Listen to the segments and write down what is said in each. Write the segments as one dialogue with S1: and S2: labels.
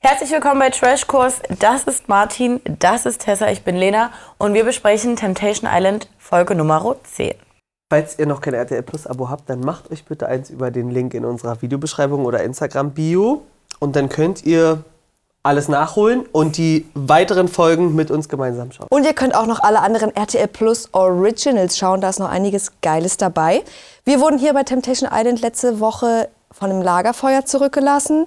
S1: Herzlich willkommen bei Trashkurs. Das ist Martin, das ist Tessa, ich bin Lena und wir besprechen Temptation Island Folge Nummer 10.
S2: Falls ihr noch kein RTL Plus Abo habt, dann macht euch bitte eins über den Link in unserer Videobeschreibung oder Instagram Bio und dann könnt ihr alles nachholen und die weiteren Folgen mit uns gemeinsam schauen.
S3: Und ihr könnt auch noch alle anderen RTL Plus Originals schauen, da ist noch einiges Geiles dabei. Wir wurden hier bei Temptation Island letzte Woche von einem Lagerfeuer zurückgelassen,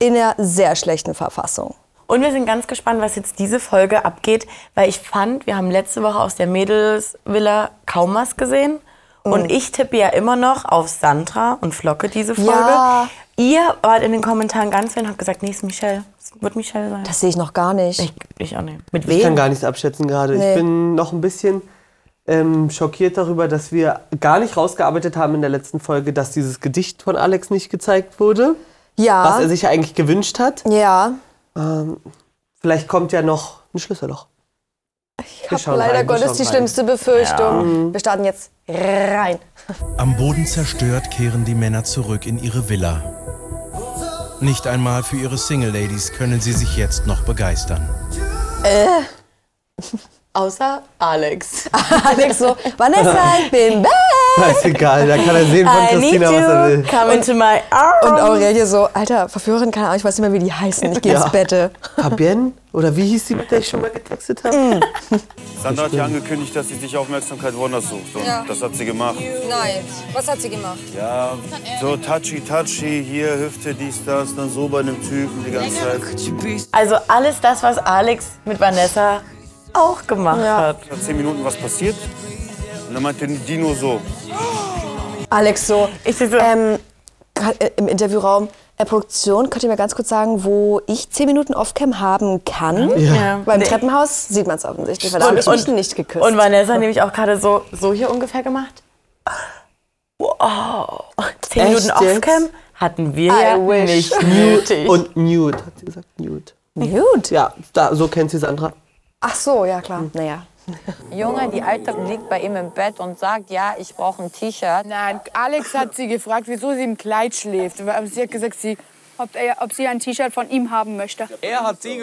S3: in einer sehr schlechten Verfassung.
S1: Und wir sind ganz gespannt, was jetzt diese Folge abgeht, weil ich fand, wir haben letzte Woche aus der Mädelsvilla kaum was gesehen. Und ich tippe ja immer noch auf Sandra und Flocke diese Folge.
S3: Ja.
S1: Ihr wart in den Kommentaren ganz viel und habt gesagt, nee, ist Michelle. Es wird Michelle sein.
S3: Das sehe ich noch gar nicht.
S1: ich, ich auch nicht. Mit
S2: Ich kann
S1: wem?
S2: gar nichts abschätzen gerade.
S3: Nee.
S2: Ich bin noch ein bisschen ähm, schockiert darüber, dass wir gar nicht rausgearbeitet haben in der letzten Folge, dass dieses Gedicht von Alex nicht gezeigt wurde,
S1: Ah.
S3: ja.
S2: was er sich ja eigentlich gewünscht hat.
S3: ja.
S2: Ähm, vielleicht kommt ja noch ein Schlüsselloch.
S3: Ich
S2: Wir
S3: habe
S2: schauen
S3: leider
S2: rein, wir
S3: Gottes
S2: schauen
S3: die
S2: rein.
S3: schlimmste Befürchtung. Mhm. Wir starten jetzt rein.
S4: Am Boden zerstört kehren die Männer zurück in ihre Villa. Nicht einmal für ihre Single-Ladies können sie sich jetzt noch begeistern.
S1: Außer Alex.
S3: Alex so, Vanessa, ich bin back.
S2: Na, ist egal, da kann er sehen von
S1: I need
S2: Christina, was er
S1: you.
S2: will.
S1: Come into my arms.
S3: Und Aurelie so, Alter, Verführerin, keine Ahnung, ich weiß nicht mehr, wie die heißen. Ich gehe
S2: Ja.
S3: ins Bette.
S2: Fabienne? Oder wie hieß die, mit der ich schon mal getextet habe?
S5: Sandra hat ja angekündigt, dass sie sich Aufmerksamkeit woanders sucht. Und das hat sie gemacht.
S6: Nein. Was hat sie gemacht?
S5: Ja, so touchy, touchy, hier Hüfte, dies, das, dann so bei einem Typen die ganze Zeit.
S1: Also alles das, was Alex mit Vanessa auch gemacht hat.
S5: Nach zehn Minuten was passiert. Und dann meinte die nur so.
S3: Alex so,
S1: Ich bin so,
S3: ähm, kann- äh, im Interviewraum, äh, Produktion, könnt ihr mir ganz kurz sagen, wo ich 10 Minuten Offcam haben kann?
S1: ja.
S3: Beim Treppenhaus sieht man es offensichtlich, weil da habe ich mich nicht geküsst.
S1: Und Vanessa nämlich auch gerade so, so hier ungefähr gemacht. Wow. Zehn
S2: Echt
S1: Minuten Offcam hatten wir ja
S3: wish.
S1: nicht nötig.
S2: Und nude, hat sie gesagt, nude.
S3: Nude.
S2: Ja, da, so kennt sie Sandra.
S3: Ach so, ja
S1: Mhm.
S3: klar. Naja.
S6: Junge, die Alte liegt bei ihm im Bett und sagt, ja, ich brauche ein T-Shirt.
S7: Nein, Alex hat sie gefragt, wieso sie im Kleid schläft. Weil Sie hat gesagt, sie,
S8: ob, er, ob sie ein T-Shirt von ihm haben möchte.
S7: er hat sie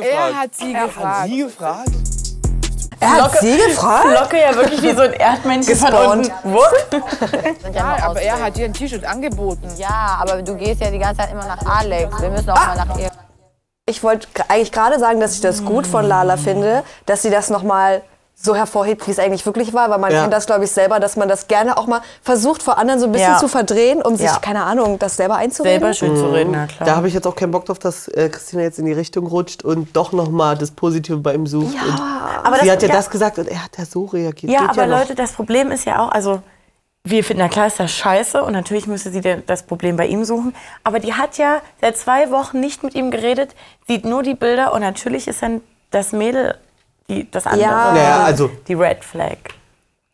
S7: gefragt.
S3: Er hat sie gefragt?
S1: Locke ja wirklich wie so ein Erdmännchen von
S3: Gespawnt.
S1: unten. Wupp.
S7: Ja, aber er hat ihr ein T-Shirt angeboten.
S6: Ja, aber du gehst ja die ganze Zeit immer nach Alex. Wir müssen auch
S9: Ah!
S6: mal nach ihr.
S3: Ich wollte gra- eigentlich gerade sagen, dass ich das gut von Lala finde, dass sie das nochmal so hervorhebt, wie es eigentlich wirklich war, weil man
S2: Ja.
S3: kennt das, glaube ich, selber, dass man das gerne auch mal versucht, vor anderen so ein bisschen
S1: Ja.
S3: zu verdrehen, um sich,
S1: Ja.
S3: keine Ahnung, das selber einzureden.
S1: Selber schön zu
S2: Mhm.
S1: reden, na klar.
S2: Da habe ich jetzt auch keinen Bock drauf, dass äh, Christina jetzt in die Richtung rutscht und doch nochmal das Positive bei ihm sucht. Ja,
S1: aber
S2: und sie
S1: das-
S2: hat ja,
S1: ja.
S2: das gesagt und er hat ja so reagiert.
S1: Ja,
S2: Geht
S1: aber
S2: noch.
S1: Leute, das Problem ist ja auch, also wir finden, na klar ist das scheiße und natürlich müsste sie denn das Problem bei ihm suchen. Aber die hat ja seit zwei Wochen nicht mit ihm geredet, sieht nur die Bilder und natürlich ist dann das Mädel die, das andere.
S3: Ja.
S1: äh,
S2: Naja, also
S1: Die Red Flag.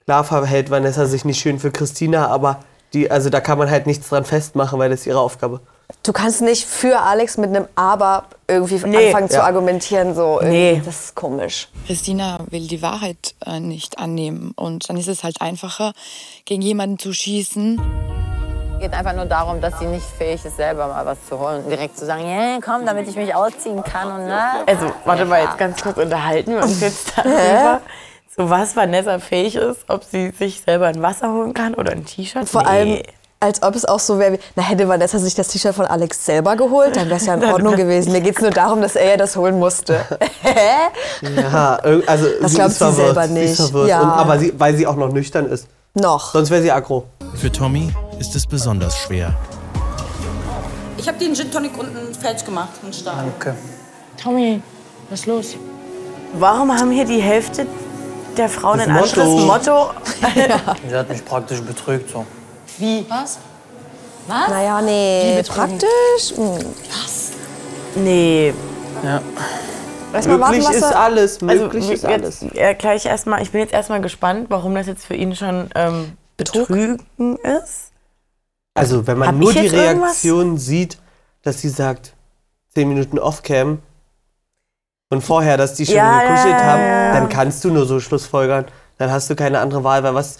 S2: klar verhält Vanessa sich nicht schön für Christina, aber die, also da kann man halt nichts dran festmachen, weil das ist ihre Aufgabe.
S3: Du kannst nicht für Alex mit einem Aber irgendwie
S1: Nee.
S3: anfangen zu
S2: Ja.
S3: argumentieren. So.
S1: Nee.
S3: Nee. Das ist komisch.
S10: Christina will die Wahrheit äh, nicht annehmen und dann ist es halt einfacher, gegen jemanden zu schießen.
S6: Es geht einfach nur darum, dass sie nicht fähig ist, selber mal was zu holen. Und direkt zu sagen, yeah, komm, damit ich mich ausziehen kann. Und, ne?
S1: Also, warte mal, jetzt ganz kurz unterhalten wir uns jetzt darüber, zu was Vanessa fähig ist, ob sie sich selber ein Wasser holen kann oder ein T-Shirt.
S3: Vor
S1: nee.
S3: allem, als ob es auch so wäre, wie, na hätte Vanessa sich das T-Shirt von Alex selber geholt, dann wäre es ja in Ordnung gewesen. Mir geht es nur darum, dass er ja das holen musste. Hä?
S2: Ja, irg- also
S3: Das
S2: sie
S3: glaubt
S2: ist
S3: sie
S2: verwirrt,
S3: selber
S2: Sie ist
S3: nicht.
S2: verwirrt.
S3: Ja.
S2: Und, aber sie, weil sie auch noch nüchtern ist.
S3: Noch.
S2: Sonst wäre sie aggro.
S4: Für Tommy ist es besonders schwer.
S9: Ich habe den Gin Tonic unten fertig gemacht und stark.
S10: Tommy, was ist los?
S1: Warum haben hier die Hälfte der Frauen
S2: Das
S1: ein anderes Motto?
S2: Motto.
S11: Sie hat mich praktisch betrügt. So.
S9: Was?
S3: Naja, nee. Praktisch. Hm.
S1: Nee.
S3: Erstmal warten,
S2: Möglich
S3: was
S2: ist
S3: er.
S2: alles,
S1: Also,
S2: möglich ist
S1: jetzt,
S2: alles.
S1: Ja, gleich erstmal, ich bin jetzt erstmal gespannt, warum das jetzt für ihn schon ähm, Betrügen ist.
S2: Also wenn man
S1: Hab
S2: nur
S1: ich
S2: die
S1: jetzt irgendwas?
S2: Reaktion sieht, dass sie sagt, 10 Minuten Off-Cam und vorher, dass die schon
S1: Ja,
S2: gekuschelt
S1: ja, ja,
S2: haben,
S1: ja, ja.
S2: dann kannst du nur so Schlussfolgern. Dann hast du keine andere Wahl, weil was,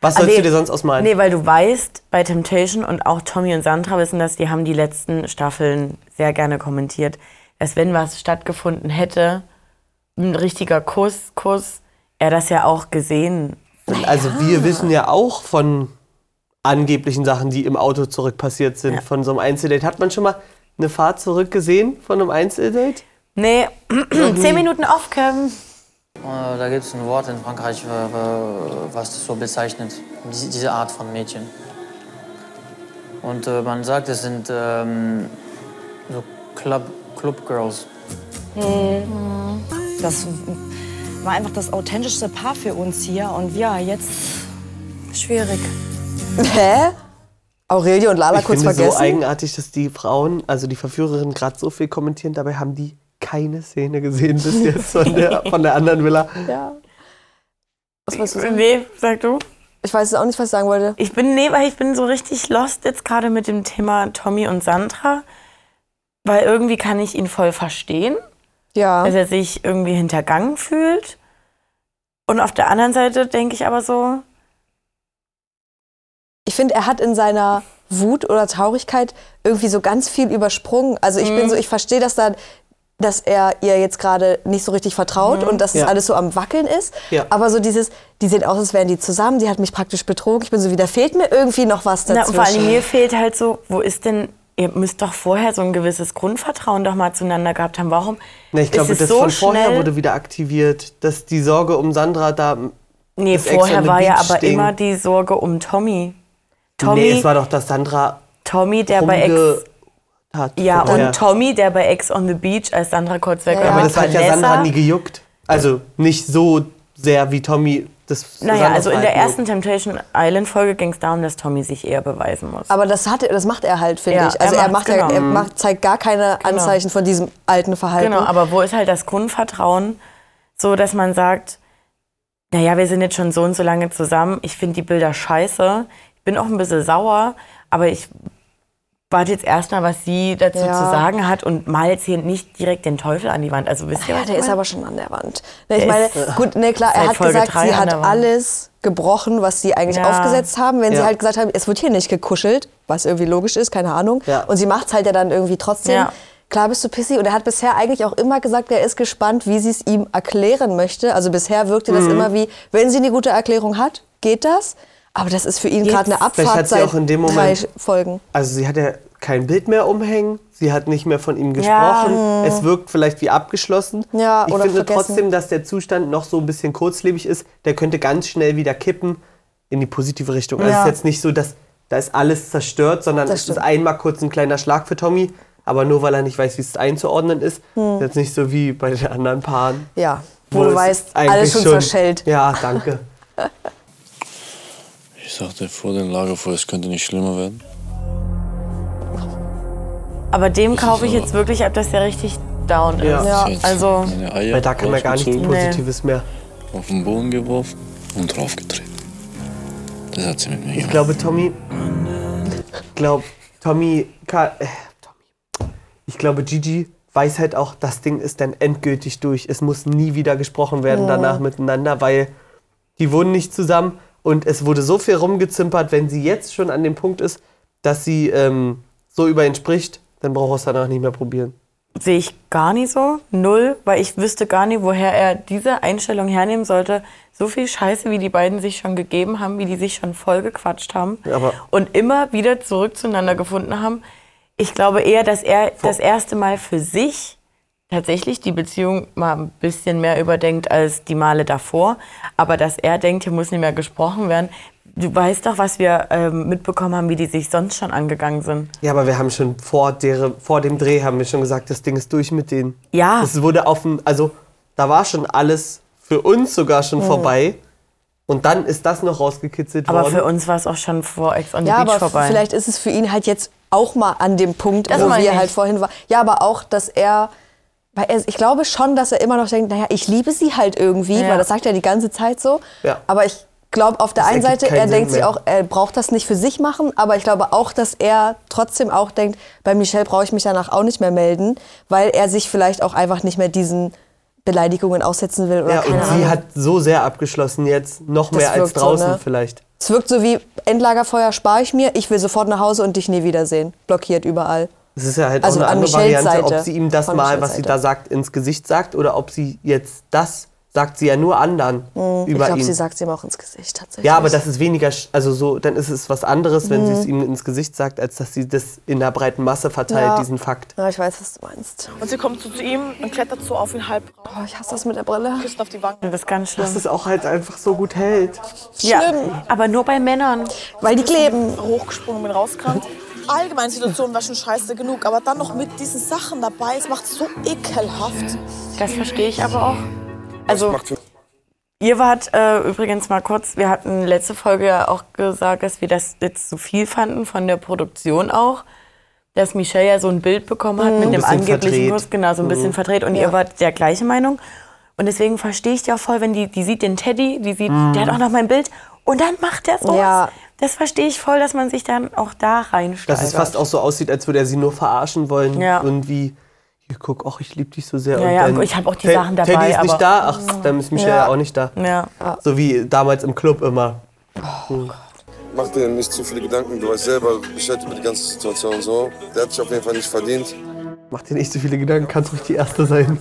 S2: was sollst
S1: Ah, nee.
S2: du dir sonst ausmalen?
S1: Nee, weil du weißt, bei Temptation und auch Tommy und Sandra wissen das, die haben die letzten Staffeln sehr gerne kommentiert. dass wenn was stattgefunden hätte, ein richtiger Kuss, Kuss, er das ja auch gesehen.
S2: Also wir wissen ja auch von angeblichen Sachen, die im Auto zurück passiert sind, von so einem Einzeldate. Hat man schon mal eine Fahrt zurück gesehen von einem Einzeldate?
S1: Nee, zehn Minuten aufkommen.
S11: Äh, Da gibt es ein Wort in Frankreich, äh, äh, was das so bezeichnet, diese, diese Art von Mädchen. Und äh, man sagt, es sind ähm, so Club, Club Girls.
S12: Das war einfach das authentischste Paar für uns hier. Und ja, jetzt schwierig.
S3: Hä? Aurelie und Lala
S2: ich
S3: kurz
S2: finde
S3: vergessen.
S2: so eigenartig, dass die Frauen, also die Verführerinnen, gerade so viel kommentieren. Dabei haben die keine Szene gesehen bis jetzt von der, von der anderen Villa.
S3: ja. Was wolltest du sagen?
S1: Nee, sag du.
S3: Ich weiß jetzt auch nicht, was ich sagen wollte.
S1: Ich bin, nee, weil ich bin so richtig lost jetzt gerade mit dem Thema Tommy und Sandra, weil irgendwie kann ich ihn voll verstehen,
S3: Ja.
S1: dass er sich irgendwie hintergangen fühlt. Und auf der anderen Seite denke ich aber so,
S3: Ich finde, er hat in seiner Wut oder Traurigkeit irgendwie so ganz viel übersprungen. Also ich
S2: Mhm.
S3: bin so, ich verstehe, dass da dass er ihr jetzt gerade nicht so richtig vertraut und dass
S2: Mhm. Ja.
S3: es alles so am Wackeln ist.
S2: Ja.
S3: Aber so dieses, die sehen aus, als wären die zusammen, die hat mich praktisch betrogen. Ich bin so wieder, fehlt mir irgendwie noch was
S1: na,
S3: dazwischen.
S1: vor allem mir fehlt halt so, wo ist denn, ihr müsst doch vorher so ein gewisses Grundvertrauen doch mal zueinander gehabt haben. Warum
S2: Na, ich glaube,
S1: ist
S2: das
S1: es so
S2: von vorher
S1: schnell?
S2: wurde wieder aktiviert, dass die Sorge um Sandra da.
S1: nee,
S2: das Ex on
S1: vorher
S2: the
S1: war ja
S2: Beach
S1: aber
S2: Ding-
S1: immer die Sorge um Tommy. Tommy,
S2: nee, es war doch, dass Sandra
S1: Tommy der bei Ex
S2: rumge- hat.
S1: Ja,
S2: vorher.
S1: und Tommy, der bei Ex on the Beach, als Sandra kurz weg war.
S2: Aber
S1: mit
S2: das hat ja
S1: Vanessa.
S2: Sandra nie gejuckt. Also nicht so sehr wie Tommy das.
S1: Naja,
S2: Sandras
S1: also in der
S2: Verhalten
S1: ersten Temptation Island-Folge ging es darum, dass Tommy sich eher beweisen muss.
S3: aber das, hat, er- das macht er halt, finde
S1: Ja,
S3: ich. Also
S1: er
S3: er,
S1: macht's,
S3: macht, ja-
S1: genau.
S3: er
S2: Mhm.
S3: macht, zeigt gar keine Anzeichen von diesem alten Verhalten.
S1: Genau, aber wo ist halt das Grundvertrauen, so dass man sagt, naja, wir sind jetzt schon so und so lange zusammen, ich finde die Bilder scheiße, ich bin auch ein bisschen sauer, aber ich warte jetzt erstmal, was sie dazu
S3: Ja.
S1: zu sagen hat und mal jetzt hier nicht direkt den Teufel an die Wand. Also wisst
S2: Ah
S1: ihr,
S3: Ja,
S1: was
S3: der
S1: ich
S3: ist
S1: meine?
S3: aber schon an der Wand. Ne, ich
S1: Der
S3: meine,
S1: ist, äh,
S3: gut, ne, klar, er
S1: seit
S3: hat
S1: Folge
S3: gesagt,
S1: drei
S3: sie
S1: an
S3: hat
S1: der Wand.
S3: alles gebrochen, was sie eigentlich
S1: Ja.
S3: aufgesetzt haben. Wenn sie
S2: Ja.
S3: halt gesagt haben, es wird hier nicht gekuschelt, was irgendwie logisch ist, keine Ahnung.
S2: Ja.
S3: Und sie macht es halt ja dann irgendwie trotzdem.
S1: Ja.
S3: Klar bist du pissy. Und er hat bisher eigentlich auch immer gesagt, er ist gespannt, wie sie es ihm erklären möchte. Also bisher wirkte das immer wie, wenn sie eine gute Erklärung hat, geht das. Aber das ist für ihn gerade eine
S2: Vielleicht hat
S3: Abfahrt
S2: sie
S3: seit
S2: auch in dem
S3: drei
S2: Moment-
S3: Folgen.
S2: Also sie hat ja kein Bild mehr umhängen, sie hat nicht mehr von ihm
S1: Ja.
S2: gesprochen. Es wirkt vielleicht wie abgeschlossen.
S3: Ja,
S2: ich
S3: oder
S2: finde
S3: vergessen.
S2: trotzdem, dass der Zustand noch so ein bisschen kurzlebig ist. Der könnte ganz schnell wieder kippen in die positive Richtung. Also
S3: Ja.
S2: es ist jetzt nicht so, dass da ist alles zerstört, sondern
S3: Das
S2: es ist
S3: stimmt.
S2: einmal kurz ein kleiner Schlag für Tommy, aber nur weil er nicht weiß, wie es einzuordnen ist. Ist jetzt nicht so wie bei den anderen Paaren.
S3: Ja, Hm. wo, du
S2: es
S3: weißt,
S2: eigentlich
S3: alles schon zerschellt.
S2: Ja, danke.
S13: Ich sagte vor den Lagerfeuer, es könnte nicht schlimmer werden.
S1: Aber dem kaufe ich jetzt wirklich ab, dass der richtig down ist.
S2: Ja.
S1: Ja,
S13: Jetzt
S1: also
S13: meine Eier
S2: Weil da kann man gar nichts
S13: rausgezogen,
S2: Positives mehr.
S13: Auf den Boden geworfen und draufgetreten. Das hat sie mit mir
S2: Ich
S13: gemacht.
S2: glaube, Tommy. Ich glaube, Tommy, Ka- äh, Tommy. Ich glaube, Gigi weiß halt auch, das Ding ist dann endgültig durch. Es muss nie wieder gesprochen werden danach miteinander, weil die wohnen nicht zusammen und es wurde so viel rumgezimpert, wenn sie jetzt schon an dem Punkt ist, dass sie ähm, so über ihn spricht, dann braucht er es danach nicht mehr probieren.
S1: sehe ich gar nicht so. Null, weil ich wüsste gar nicht, woher er diese Einstellung hernehmen sollte. So viel Scheiße, wie die beiden sich schon gegeben haben, wie die sich schon voll gequatscht haben
S2: Aber-
S1: und immer wieder zurück zueinander gefunden haben. Ich glaube eher, dass er das erste Mal für sich tatsächlich die Beziehung mal ein bisschen mehr überdenkt als die Male davor. Aber dass er denkt, hier muss nicht mehr gesprochen werden. Du weißt doch, was wir ähm, mitbekommen haben, wie die sich sonst schon angegangen sind.
S2: Ja, aber wir haben schon vor, deren, vor dem Dreh haben wir schon gesagt, das Ding ist durch mit denen.
S1: Ja.
S2: Es wurde auf dem, also da war schon alles für uns sogar
S3: Mhm.
S2: schon vorbei. Und dann ist das noch rausgekitzelt
S1: Aber
S2: worden.
S1: für uns war es auch schon vor Ex on the
S3: Ja,
S1: Beach
S3: aber
S1: vorbei.
S3: vielleicht ist es für ihn halt jetzt auch mal an dem Punkt,
S1: Das
S3: wo wir
S1: meine ich.
S3: halt vorhin waren. Ja, aber auch, dass er, weil er, ich glaube schon, dass er immer noch denkt, naja, ich liebe sie halt irgendwie,
S1: Ja.
S3: weil das sagt er die ganze Zeit so.
S2: Ja.
S3: Aber ich glaube, auf der
S2: Das
S3: einen
S2: ergibt
S3: Seite,
S2: keinen
S3: er
S2: Sinn
S3: denkt sich
S2: mehr.
S3: auch, er braucht das nicht für sich machen, aber ich glaube auch, dass er trotzdem auch denkt, bei Michelle brauche ich mich danach auch nicht mehr melden, weil er sich vielleicht auch einfach nicht mehr diesen Beleidigungen aussetzen will oder
S2: ja,
S3: keine
S2: und
S3: Ahnung.
S2: sie hat so sehr abgeschlossen jetzt, noch
S3: Das
S2: mehr als
S3: wirkt so,
S2: draußen
S3: ne?
S2: vielleicht.
S3: Es wirkt so wie Endlagerfeuer spare ich mir, ich will sofort nach Hause und dich nie wiedersehen. Blockiert überall.
S2: Es ist ja halt
S3: Also
S2: auch eine
S3: an
S2: andere
S3: Michelles
S2: Variante,
S3: Seite.
S2: ob sie ihm das
S3: Von
S2: mal,
S3: Michelles
S2: was sie
S3: Seite.
S2: da sagt, ins Gesicht sagt oder ob sie jetzt das sagt sie ja nur anderen
S3: Mhm. Ich
S2: über
S3: glaube,
S2: ihn.
S3: sie sagt es ihm auch ins Gesicht tatsächlich.
S2: ja, aber das ist weniger, sch- also so, dann ist es was anderes, wenn sie es
S3: Mhm.
S2: ihm ins Gesicht sagt, als dass sie das in der breiten Masse verteilt,
S3: Ja.
S2: diesen Fakt.
S3: Ja, ich weiß, was du meinst.
S14: Und sie kommt so zu ihm und klettert so auf ihn halb.
S3: Oh, ich hasse das mit der Brille.
S14: Küsst auf die Wangen.
S1: Das ist ganz schlimm.
S2: Dass es auch halt einfach so gut hält.
S1: Ja, aber nur bei Männern.
S3: Weil die kleben.
S14: Hochgesprungen bin, rausgerannt. Allgemein die Situation war schon scheiße genug, aber dann noch mit diesen Sachen dabei, es macht so ekelhaft.
S1: Das verstehe ich aber auch. Also, ihr wart äh, übrigens mal kurz, wir hatten letzte Folge ja auch gesagt, dass wir das jetzt zu viel fanden von der Produktion auch. Dass Michelle ja so ein Bild bekommen hat
S6: Mhm.
S1: mit dem
S6: Bisschen
S1: angeblichen
S6: verdreht.
S1: Kuss, genau, so ein bisschen
S6: Mhm.
S1: verdreht. Und ihr wart der gleichen Meinung. Und deswegen verstehe ich ja voll, wenn die, die sieht den Teddy, die sieht,
S6: Mhm.
S1: der hat auch noch mein Bild. Und dann macht der sowas.
S3: Ja.
S1: Das verstehe ich voll, dass man sich dann auch da reinsteigert.
S2: Dass es fast auch so aussieht, als würde er sie nur verarschen wollen.
S1: Ja.
S2: Irgendwie, hier guck, ach, ich liebe dich so sehr.
S1: Ja,
S2: und
S1: ja,
S2: dann,
S1: ich hab auch die
S2: Te-
S1: Sachen dabei,
S2: Teddy ist nicht
S1: aber-
S2: da, ach, dann ist Michelle
S1: Ja.
S2: ja. auch nicht da.
S1: Ja.
S2: So wie damals im Club immer. Hm.
S15: Mach dir nicht zu viele Gedanken, du weißt selber Bescheid über die ganze Situation und so. Der hat sich auf jeden Fall nicht verdient.
S2: Mach dir nicht so viele Gedanken, kannst ruhig die Erste sein.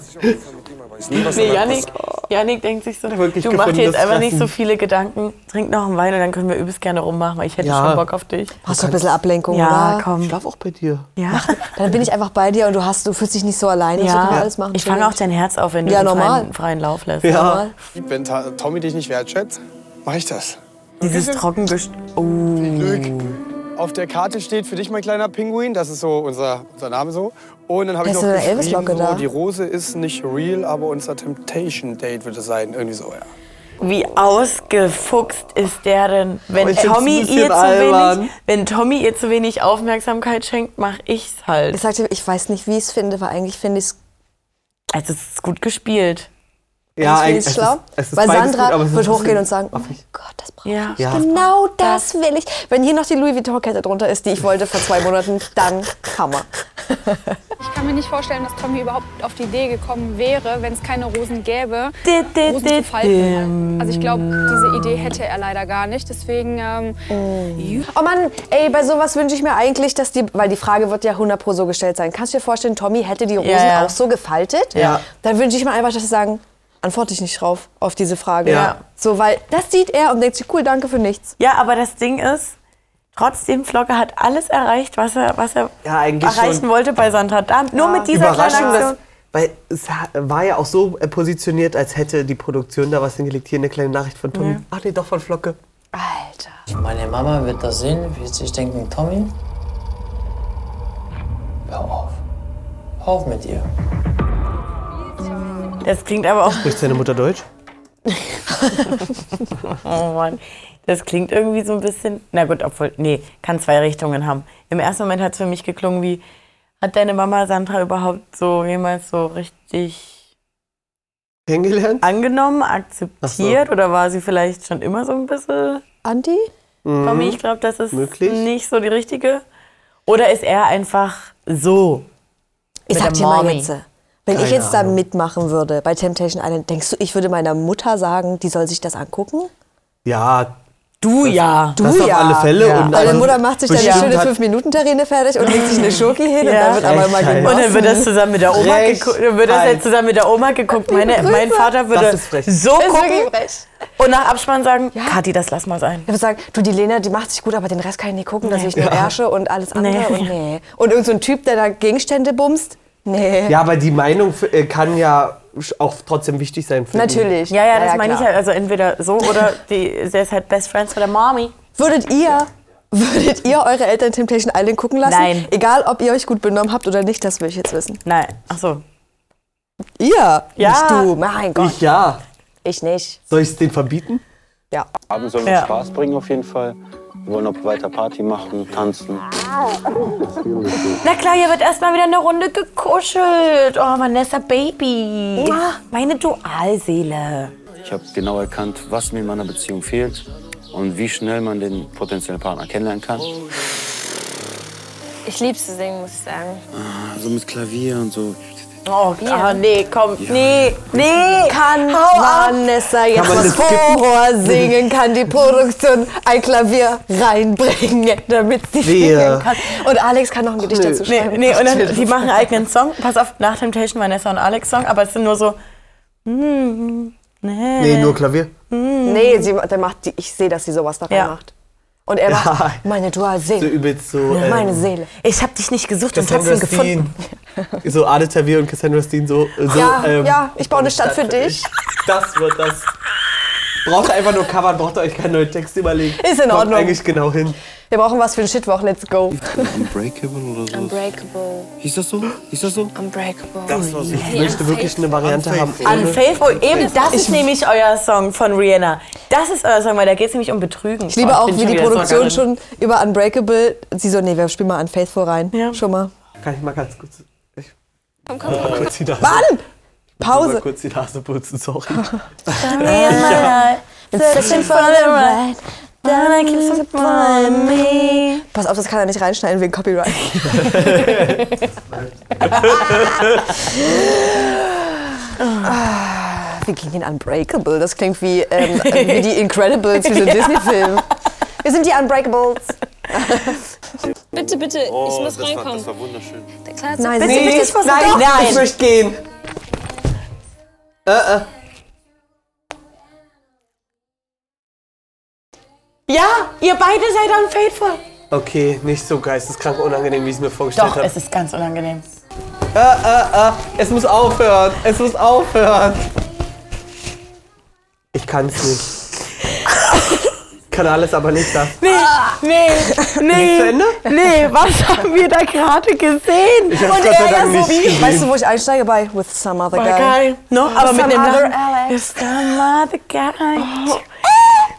S1: Nee, Janik, Janik denkt sich so,
S2: Wirklich
S1: du machst dir jetzt
S2: gefundenes
S1: einfach nicht so
S2: Fressen.
S1: viele Gedanken, trink noch einen Wein und dann können wir übelst gerne rummachen, weil ich hätte
S2: Ja.
S1: schon Bock auf dich.
S3: Brauchst du ein bisschen Ablenkung,
S1: Ja,
S3: oder?
S1: komm.
S2: Schlaf auch bei dir.
S1: Ja.
S3: Dann bin ich einfach bei dir und du, hast, du fühlst dich nicht so alleine. so
S1: Ja.
S3: kann man alles machen.
S1: Ich fange auch dein Herz auf, wenn du
S3: Ja,
S1: den
S3: normal.
S1: freien, freien Lauf lässt.
S16: Wenn Ta- Tommy dich nicht wertschätzt, mache ich das.
S1: Dieses Trockengest... Oh.
S16: Auf der Karte steht für dich, mein kleiner Pinguin. Das ist so unser, unser Name so. Und dann habe ich
S3: Da
S16: noch
S3: ist so eine
S16: geschrieben,
S3: Elvis-Locke da.
S16: so, die Rose ist nicht real, aber unser Temptation-Date wird es sein. Irgendwie so, ja.
S1: Wie ausgefuchst ist der denn? Wenn
S16: Ich find's ein
S1: Tommy,
S16: bisschen
S1: ihr zu
S16: albern.
S1: wenig, wenn Tommy ihr zu wenig Aufmerksamkeit schenkt, mach ich's halt.
S3: Ich sagte, ich weiß nicht, wie ich es finde, weil eigentlich finde ich es.
S1: Also, es ist gut gespielt.
S2: Ja,
S3: eigentlich finde ich es
S2: eigentlich-
S3: schlau.
S2: es ist- es ist
S3: weil
S2: beides
S3: Sandra
S2: gut, aber es ist
S3: wird
S2: ein
S3: hochgehen
S2: bisschen
S3: und sagen: Oh mein Gott, das brauche ich. Genau das will ich. Wenn hier noch die Louis Vuitton-Kette drunter ist, die ich wollte vor zwei Monaten, dann Hammer.
S8: Ich kann mir nicht vorstellen, dass Tommy überhaupt auf die Idee gekommen wäre, wenn es keine Rosen gäbe, Rosen zu falten. Also ich glaube, diese Idee hätte er leider gar nicht. Deswegen ähm,
S3: Oh Mann, ey, bei sowas wünsche ich mir eigentlich, dass die, weil die Frage wird ja 100 pro so gestellt sein. Kannst du dir vorstellen, Tommy hätte die Rosen
S1: ja.
S3: auch so gefaltet?
S1: Ja.
S3: Dann wünsche ich mir einfach, dass sie sagen, antworte ich nicht drauf, auf diese Frage.
S1: Ja.
S3: So, weil das sieht er und denkt sich, cool, danke für nichts.
S1: Ja, aber das Ding ist, trotzdem, Flocke hat alles erreicht, was er, was er
S2: eigentlich
S1: erreichen
S2: schon.
S1: wollte bei Santandam. Nur mit dieser kleinen
S2: Überraschung, dass,
S1: Aktion.
S2: weil es ha- war ja auch so äh, positioniert, als hätte die Produktion da was hingelegt. Hier eine kleine Nachricht von Tommy. Ach nee, doch von Flocke.
S11: Meine Mama wird das sehen, wird sich denken, Tommy, hör auf. Hör auf mit ihr.
S1: Das klingt aber auch.
S2: Spricht seine Mutter Deutsch?
S1: oh Mann. Das klingt irgendwie so ein bisschen. Na gut, obwohl. Nee, kann zwei Richtungen haben. Im ersten Moment hat es für mich geklungen wie: Hat deine Mama Sandra überhaupt so jemals so richtig. Ah.
S2: Kennengelernt?
S1: Angenommen, akzeptiert? Oder war sie vielleicht schon immer so ein bisschen.
S3: Anti?
S2: Mhm.
S1: Tommy, ich glaube, das ist
S2: Möglich.
S1: nicht so die richtige. Oder ist er einfach so?
S3: Ich
S1: mit
S3: sag
S1: der
S3: dir mal
S1: Mommy?
S3: jetzt, wenn ich
S1: Keine
S3: jetzt da mitmachen würde bei Temptation Island, denkst du, ich würde meiner Mutter sagen, die soll sich das angucken?
S2: Ja.
S1: Du ja.
S2: Das auf alle Fälle. Und
S3: Meine
S2: also
S3: Mutter macht sich dann eine
S2: bestimmt
S3: schöne
S2: hat-
S3: 5-Minuten-Terrine fertig und legt sich eine Schoki hin und
S1: Ja.
S3: dann wird aber mal
S2: Frechheit.
S3: genossen.
S1: Und dann Also wird das zusammen mit der Oma geguckt. Dann wird das jetzt zusammen mit der Oma geguckt. Meine,
S3: Grüße.
S1: mein Vater
S3: Das
S1: würde
S3: ist frech.
S1: so
S3: Das ist
S1: gucken
S3: wirklich frech.
S1: und nach Abspann sagen, Kathi, das lass mal sein.
S3: Ich würde sagen, du, die Lena, die macht sich gut, aber den Rest kann ich nicht gucken, da sehe ich nur
S2: Ja.
S3: Ärsche und alles andere.
S1: Nee.
S3: Und, nee. und irgend so ein Typ, der da Gegenstände bumst? Nee.
S2: Ja, aber die Meinung äh, kann ja sch- auch trotzdem wichtig sein. Für ihn.
S1: Ja, ja, das
S3: Ja, ja,
S1: meine ich
S3: klar.
S1: halt. Also entweder so oder die, sie ist halt Best Friends mit der Mommy.
S3: Würdet ihr, würdet ihr eure Eltern Temptation Island gucken lassen?
S1: Nein.
S3: Egal, ob ihr euch gut benommen habt oder nicht, das will ich jetzt wissen.
S1: Nein. Ach so.
S3: Ihr?
S1: Ja.
S3: Nicht du, mein Gott.
S2: Ich ja.
S3: Ich nicht.
S2: Soll ich es denen verbieten?
S3: Ja.
S17: Abend soll uns
S3: Ja.
S17: Spaß bringen auf jeden Fall. Wir wollen noch weiter Party machen, tanzen.
S1: Na klar, hier wird erstmal wieder eine Runde gekuschelt. Oh, Vanessa Baby. Meine Dualseele.
S17: Ich habe genau erkannt, was mir in meiner Beziehung fehlt und wie schnell man den potenziellen Partner kennenlernen kann.
S18: Ich lieb's zu singen, muss ich sagen.
S17: Ah, So mit Klavier und so.
S1: Oh, ah, nee, komm. Nee, nee.
S3: Kann
S1: Hau ab.
S3: Vanessa
S1: Kann
S3: jetzt
S1: man
S3: das
S1: das skippen?
S3: Vorhor singen? Kann die Produktion ein Klavier reinbringen, damit sie
S2: Wehe.
S3: singen kann? Und Alex kann noch ein Gedicht dazu
S1: Nee,
S3: schreiben.
S1: nee, und dann, die machen einen eigenen Song. Pass auf, nach Temptation Vanessa und Alex Song, aber es sind nur so.
S2: Mhm.
S1: mm, nee.
S2: Nee, nur Klavier.
S3: Nee, sie, der macht die, ich sehe, dass sie sowas da
S1: Ja.
S3: reinmacht. Und er
S2: Ja.
S3: macht meine
S2: So
S3: Dualseele,
S2: übelst so. ähm,
S3: meine Seele.
S1: Ich habe dich nicht gesucht und
S2: Cassandra
S1: trotzdem gefunden.
S2: Steen. So Ade Tavir und Cassandra Steen so. so
S3: ja,
S2: ähm,
S3: ja, ich baue eine Stadt für dich.
S2: Das wird das. Braucht ihr einfach nur covern, braucht ihr euch keinen neuen Text überlegen.
S3: Ist in
S2: Kommt
S3: Ordnung.
S2: eigentlich genau hin.
S3: Wir brauchen was für den Shitwoch, let's go.
S13: Unbreakable oder so?
S9: Unbreakable.
S13: Hieß das so? Hieß das so?
S9: Unbreakable.
S2: Das war's. Ich
S9: Nee,
S2: möchte wirklich eine Variante haben.
S1: Unfaithful, eben das ist nämlich euer Song von Rihanna. Das ist euer Song, weil da geht es nämlich um Betrügen.
S3: Ich liebe auch, wie die Produktion
S1: schon.
S3: schon über Unbreakable, sie so, nee, wir spielen mal Unfaithful rein. Schon mal.
S2: Kann ich mal ganz kurz. Ich
S8: Komm, komm,
S2: mal
S8: komm.
S2: kurz die Nase.
S3: Mann!
S2: Ich muss
S3: Pause.
S2: Mal kurz die Nase putzen, sorry.
S3: Pass auf, das kann er nicht reinschneiden wegen Copyright. Ah, Wir gehen den Unbreakable. Das klingt wie, ähm, äh, wie die Incredibles, wie so ein
S9: Ja.
S3: Disney-Film. Wir sind die Unbreakables.
S9: Bitte, bitte, ich muss
S15: Oh, das War,
S9: reinkommen.
S15: das war wunderschön.
S9: Klar,
S3: Nein,
S9: bitte,
S3: nee,
S9: bitte, ich muss
S3: nein,
S9: doch.
S3: nein.
S2: Ich möchte gehen. Äh, äh.
S1: Ja, ihr beide seid unfaithful.
S2: Okay, nicht so geisteskrank unangenehm, wie ich es mir vorgestellt
S1: Doch,
S2: habe.
S1: es ist ganz unangenehm.
S2: Äh, äh, äh, es muss aufhören. Es muss aufhören. Ich kann es nicht. kann alles, aber nicht das.
S1: Nee, nee, nee.
S2: zu Ende?
S1: Nee, was haben wir da gerade gesehen?
S2: Ich hab's Gott sei Dank nicht gesehen.
S3: Weißt du, wo ich einsteige? Bei With Some Other
S1: War
S3: Guy. Oh,
S1: geil. No,
S3: With
S1: ne? aber mit
S3: some
S1: dem
S3: other
S1: Namen. It's the mother guy.
S3: Oh.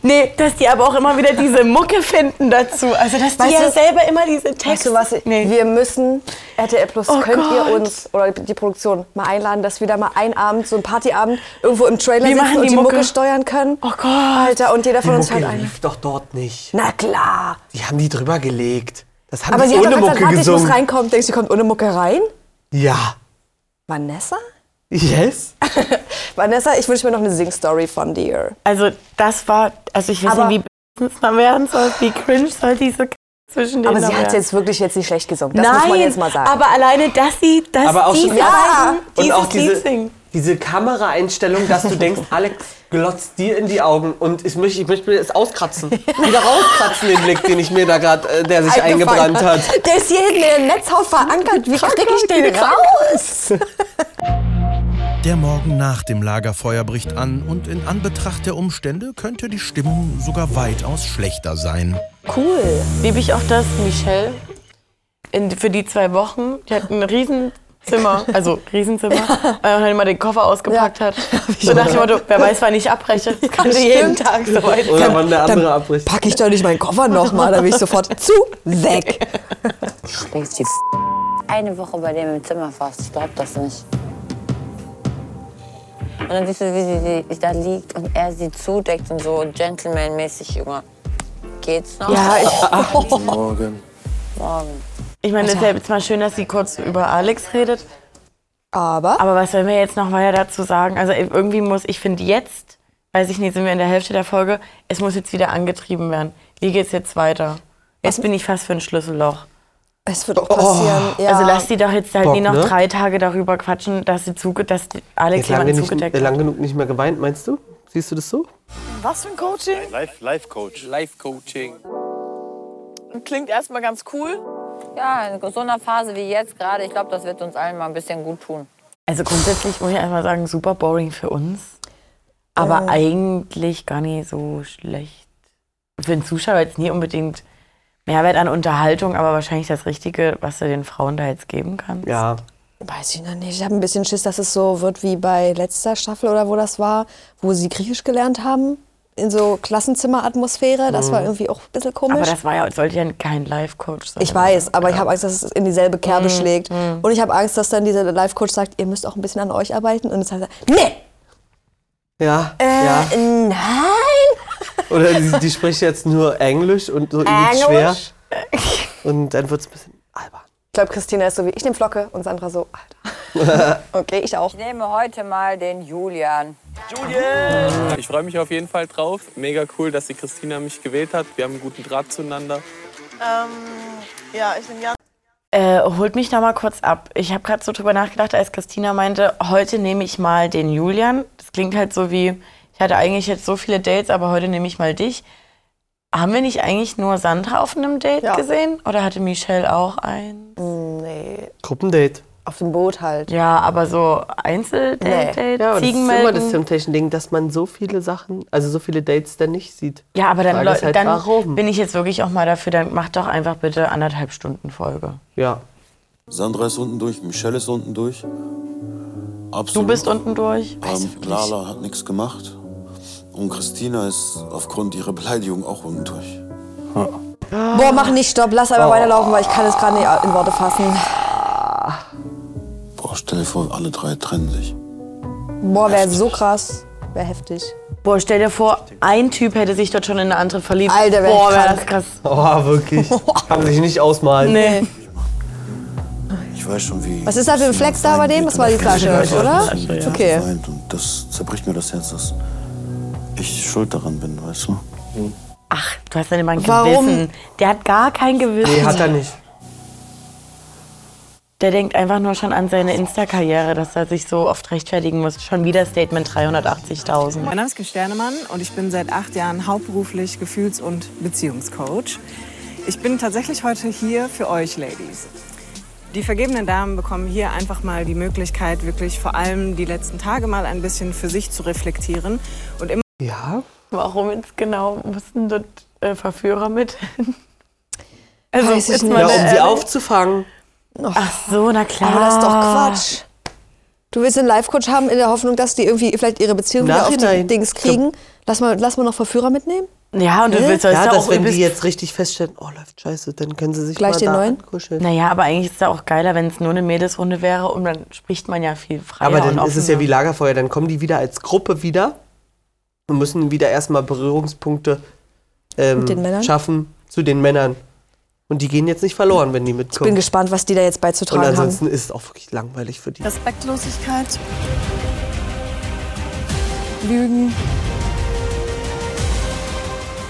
S1: Nee, dass die aber auch immer wieder diese Mucke finden dazu. Also, dass die
S3: Weißt
S1: ja
S3: du-
S1: selber immer diese
S3: Weißt
S1: Texte.
S3: du was? Wir müssen, RTL Plus,
S1: Oh
S3: könnt ihr
S1: Gott.
S3: uns oder die Produktion mal einladen, dass wir da mal einen Abend, so einen Partyabend, irgendwo im Trailer
S1: Wir
S3: sitzen
S1: machen
S3: und
S1: die
S3: die Mucke.
S1: Mucke.
S3: steuern können?
S1: Oh Gott.
S3: Alter, und jeder
S2: Die
S3: von uns
S2: Mucke
S3: halt einen.
S2: lief doch dort nicht.
S3: Na klar.
S2: Die haben die drüber gelegt. Das haben
S3: Aber
S2: die
S3: sie hat
S2: ohne
S3: doch gesagt,
S2: Mucke
S3: warte, ich muss
S2: gesungen.
S3: reinkommen. Denkst du, die kommt ohne Mucke rein?
S2: Ja.
S3: Vanessa?
S2: Yes?
S3: Vanessa, ich wünsche mir noch eine Sing-Story von dir.
S1: Also, das war. Also, ich weiß
S3: Aber-
S1: nicht, wie beschissen man werden soll, wie cringe soll diese K zwischen denen
S3: Aber
S1: da
S3: sie hat
S1: werden.
S3: jetzt wirklich jetzt nicht schlecht gesungen. Das
S1: Genau. Nein,
S3: muss man jetzt mal sagen.
S1: aber alleine, dass sie, dass
S2: Aber auch
S1: die
S2: schon-
S1: ja.
S2: Und
S1: dieses
S2: auch
S1: Lied
S2: diese,
S1: singen.
S2: diese Kameraeinstellung, dass du denkst, Alex glotzt dir in die Augen und ich möchte, ich möchte mir das auskratzen. Wieder rauskratzen den Blick, den ich mir da gerade, äh, der sich
S3: Eingefangen.
S2: eingebrannt hat.
S3: Der ist hier hinten im Netzhaut verankert. Wie krieg ich den raus?
S4: Der Morgen nach dem Lagerfeuer bricht an und in Anbetracht der Umstände könnte die Stimmung sogar weitaus schlechter sein.
S1: Cool. Liebe ich auch das, Michelle, in, für die zwei Wochen, die hat ein Riesenzimmer, also Riesenzimmer, weil man immer den Koffer ausgepackt hat. So nach dem Motto, wer weiß, wann ich abbreche, das könnte jeden
S3: Stimmt.
S1: Tag so weit
S2: Oder
S1: sein.
S2: wann der andere abbricht.
S3: Pack ich doch nicht meinen Koffer nochmal, da bin ich sofort zu weg.
S6: Springst die eine Woche bei dem im Zimmer fast. Ich glaub das nicht. Und dann siehst du, wie sie sie da liegt und er sie zudeckt und so gentlemanmäßig, Junge. Geht's noch?
S1: Ja, ich,
S13: Morgen.
S6: Morgen.
S1: ich meine, es ist ja jetzt mal schön, dass sie kurz über Alex redet.
S3: Aber?
S1: Aber was sollen wir jetzt noch weiter dazu sagen? Also irgendwie muss, ich finde jetzt, weiß ich nicht, sind wir in der Hälfte der Folge, es muss jetzt wieder angetrieben werden. Wie geht's jetzt weiter? Jetzt bin ich fast für ein Schlüsselloch.
S3: Es wird auch passieren. ja.
S1: Oh. Also lass die doch jetzt halt
S2: Bock,
S1: nie noch
S2: ne?
S1: drei Tage darüber quatschen, dass sie zuge dass die Alex
S2: Jetzt lang,
S1: jemanden
S2: genug,
S1: zugedeckt
S2: äh, lang genug nicht mehr geweint, meinst du? Siehst du das so?
S14: Was für ein Coaching?
S5: Life, Life Coach.
S13: Life Coaching.
S14: Klingt erstmal ganz cool.
S6: Ja, in so einer Phase wie jetzt gerade, ich glaube, das wird uns allen mal ein bisschen gut tun.
S1: Also grundsätzlich muss ich einfach sagen, super boring für uns.
S2: Äh.
S1: Aber eigentlich gar nicht so schlecht. Für den Zuschauer jetzt nie unbedingt Mehrwert an Unterhaltung, aber wahrscheinlich das Richtige, was du den Frauen da jetzt geben kannst.
S2: Ja.
S3: Weiß ich noch nicht. Ich habe ein bisschen Schiss, dass es so wird wie bei letzter Staffel oder wo das war, wo sie Griechisch gelernt haben. In so Klassenzimmeratmosphäre. Das war irgendwie auch ein bisschen komisch.
S1: Mhm. Aber das war ja, sollte ja kein Live-Coach sein.
S3: ich weiß, aber ich habe Angst, dass es in dieselbe
S1: Mhm.
S3: Kerbe schlägt. Und ich habe Angst, dass dann dieser Life-Coach sagt, ihr müsst auch ein bisschen an euch arbeiten. Und dann sagt er, nee,
S2: Ja,
S3: äh,
S2: ja.
S3: nein.
S2: Oder die, die spricht jetzt nur Englisch und so übelst schwer.
S3: Englisch?
S2: Und dann wird es ein bisschen.
S3: Ich glaube, Christina ist so wie ich, nehme Flocke und Sandra so, Alter. Okay, ich auch.
S6: Ich nehme heute mal den Julian.
S18: Ich freue mich auf jeden Fall drauf. Mega cool, dass die Christina mich gewählt hat. Wir haben einen guten Draht zueinander.
S14: Ähm, ja, ich nehme Jan.
S1: Äh, holt mich da mal kurz ab. Ich habe gerade so drüber nachgedacht, als Christina meinte, heute nehme ich mal den Julian. Das klingt halt so wie, ich hatte eigentlich jetzt so viele Dates, aber heute nehme ich mal dich. Haben wir nicht eigentlich nur Sandra auf einem Date
S3: Ja.
S1: gesehen? Oder hatte Michelle auch ein?
S3: Nee.
S2: Gruppendate.
S3: Auf dem Boot halt.
S1: Ja, aber so Einzeldate,
S2: Ja,
S1: Date,
S2: aber das ist immer das
S1: Ziegenmelken.
S2: Temptation-Ding, dass man so viele Sachen, also so viele Dates dann nicht sieht.
S1: Ja, aber dann,
S2: Frage ist
S1: Leute,
S2: halt,
S1: dann
S2: warum?
S1: bin ich jetzt wirklich auch mal dafür, dann macht doch einfach bitte anderthalb Stunden Folge.
S2: Ja.
S19: Sandra ist unten durch, Michelle ist unten durch. Absolut.
S1: Du bist unten durch?
S19: Ähm, Lala hat nichts gemacht. Und Christina ist aufgrund ihrer Beleidigung auch unten durch.
S3: Boah, mach nicht stopp, lass einfach weiterlaufen, weil ich kann es gerade nicht in Worte fassen.
S19: Boah, stell dir vor, alle drei trennen sich.
S3: Boah, wäre so krass. Wäre heftig.
S1: Boah, stell dir vor, ein Typ hätte sich dort schon in eine andere verliebt.
S3: Alter, wär
S1: Boah,
S3: ich
S1: wär
S3: krank.
S1: das krass.
S2: Oh, wirklich. Kann man sich nicht ausmalen.
S1: Nee.
S19: Ich weiß schon, wie.
S3: Was ist da für ein Flex da bei dem? Das war die Flasche, oder?
S19: Okay.
S3: Okay.
S19: Und das zerbricht mir das Herz, dass ich schuld daran bin, weißt du?
S1: Ach, du hast ja immer ein
S19: Warum?
S1: Gewissen. Der hat gar kein Gewissen.
S2: Nee, hat er nicht.
S1: Der denkt einfach nur schon an seine Insta-Karriere, dass er sich so oft rechtfertigen muss. Schon wieder Statement
S20: Mein
S1: 380.000.
S20: Name ist Kim Sternemann und ich bin seit acht Jahren hauptberuflich Gefühls- und Beziehungscoach. Ich bin tatsächlich heute hier für euch, Ladies. Die vergebenen Damen bekommen hier einfach mal die Möglichkeit, wirklich vor allem die letzten Tage mal ein bisschen für sich zu reflektieren und immer
S2: Ja?
S1: Warum jetzt genau mussten dort äh, Verführer mit?
S3: Weiß ich
S1: Also, jetzt
S3: nicht.
S1: mal
S3: Ja, um
S1: ehrlich.
S3: sie
S2: aufzufangen.
S1: Ach so, na klar.
S3: Aber das ist doch Quatsch. Du willst einen Live-Coach haben in der Hoffnung, dass die irgendwie vielleicht ihre Beziehung wieder auf die
S2: Nachhinein.
S3: Dings kriegen. Lass mal, lass mal noch Verführer mitnehmen.
S1: Ja, und du
S3: Hä?
S1: willst
S2: ja,
S1: sollst ja
S2: dass
S1: auch
S2: wenn die
S1: übelst-
S2: jetzt richtig feststellen, oh, läuft scheiße, dann können sie sich
S3: Gleich
S2: mal
S3: den
S2: da
S3: neuen?
S2: ankuscheln.
S1: Naja, aber eigentlich ist es ja auch geiler, wenn es nur eine Mädelsrunde wäre und dann spricht man ja viel freier
S2: Aber dann
S1: und
S2: ist es ja wie Lagerfeuer, dann kommen die wieder als Gruppe wieder und müssen wieder erstmal Berührungspunkte ähm,
S3: Mit den Männern?
S2: schaffen zu den Männern. Und die gehen jetzt nicht verloren, wenn die mitkommen.
S3: Ich bin gespannt, was die da jetzt
S2: Und
S3: beizutragen haben.
S2: ansonsten ist es auch wirklich langweilig für die.
S14: Respektlosigkeit.
S7: Lügen.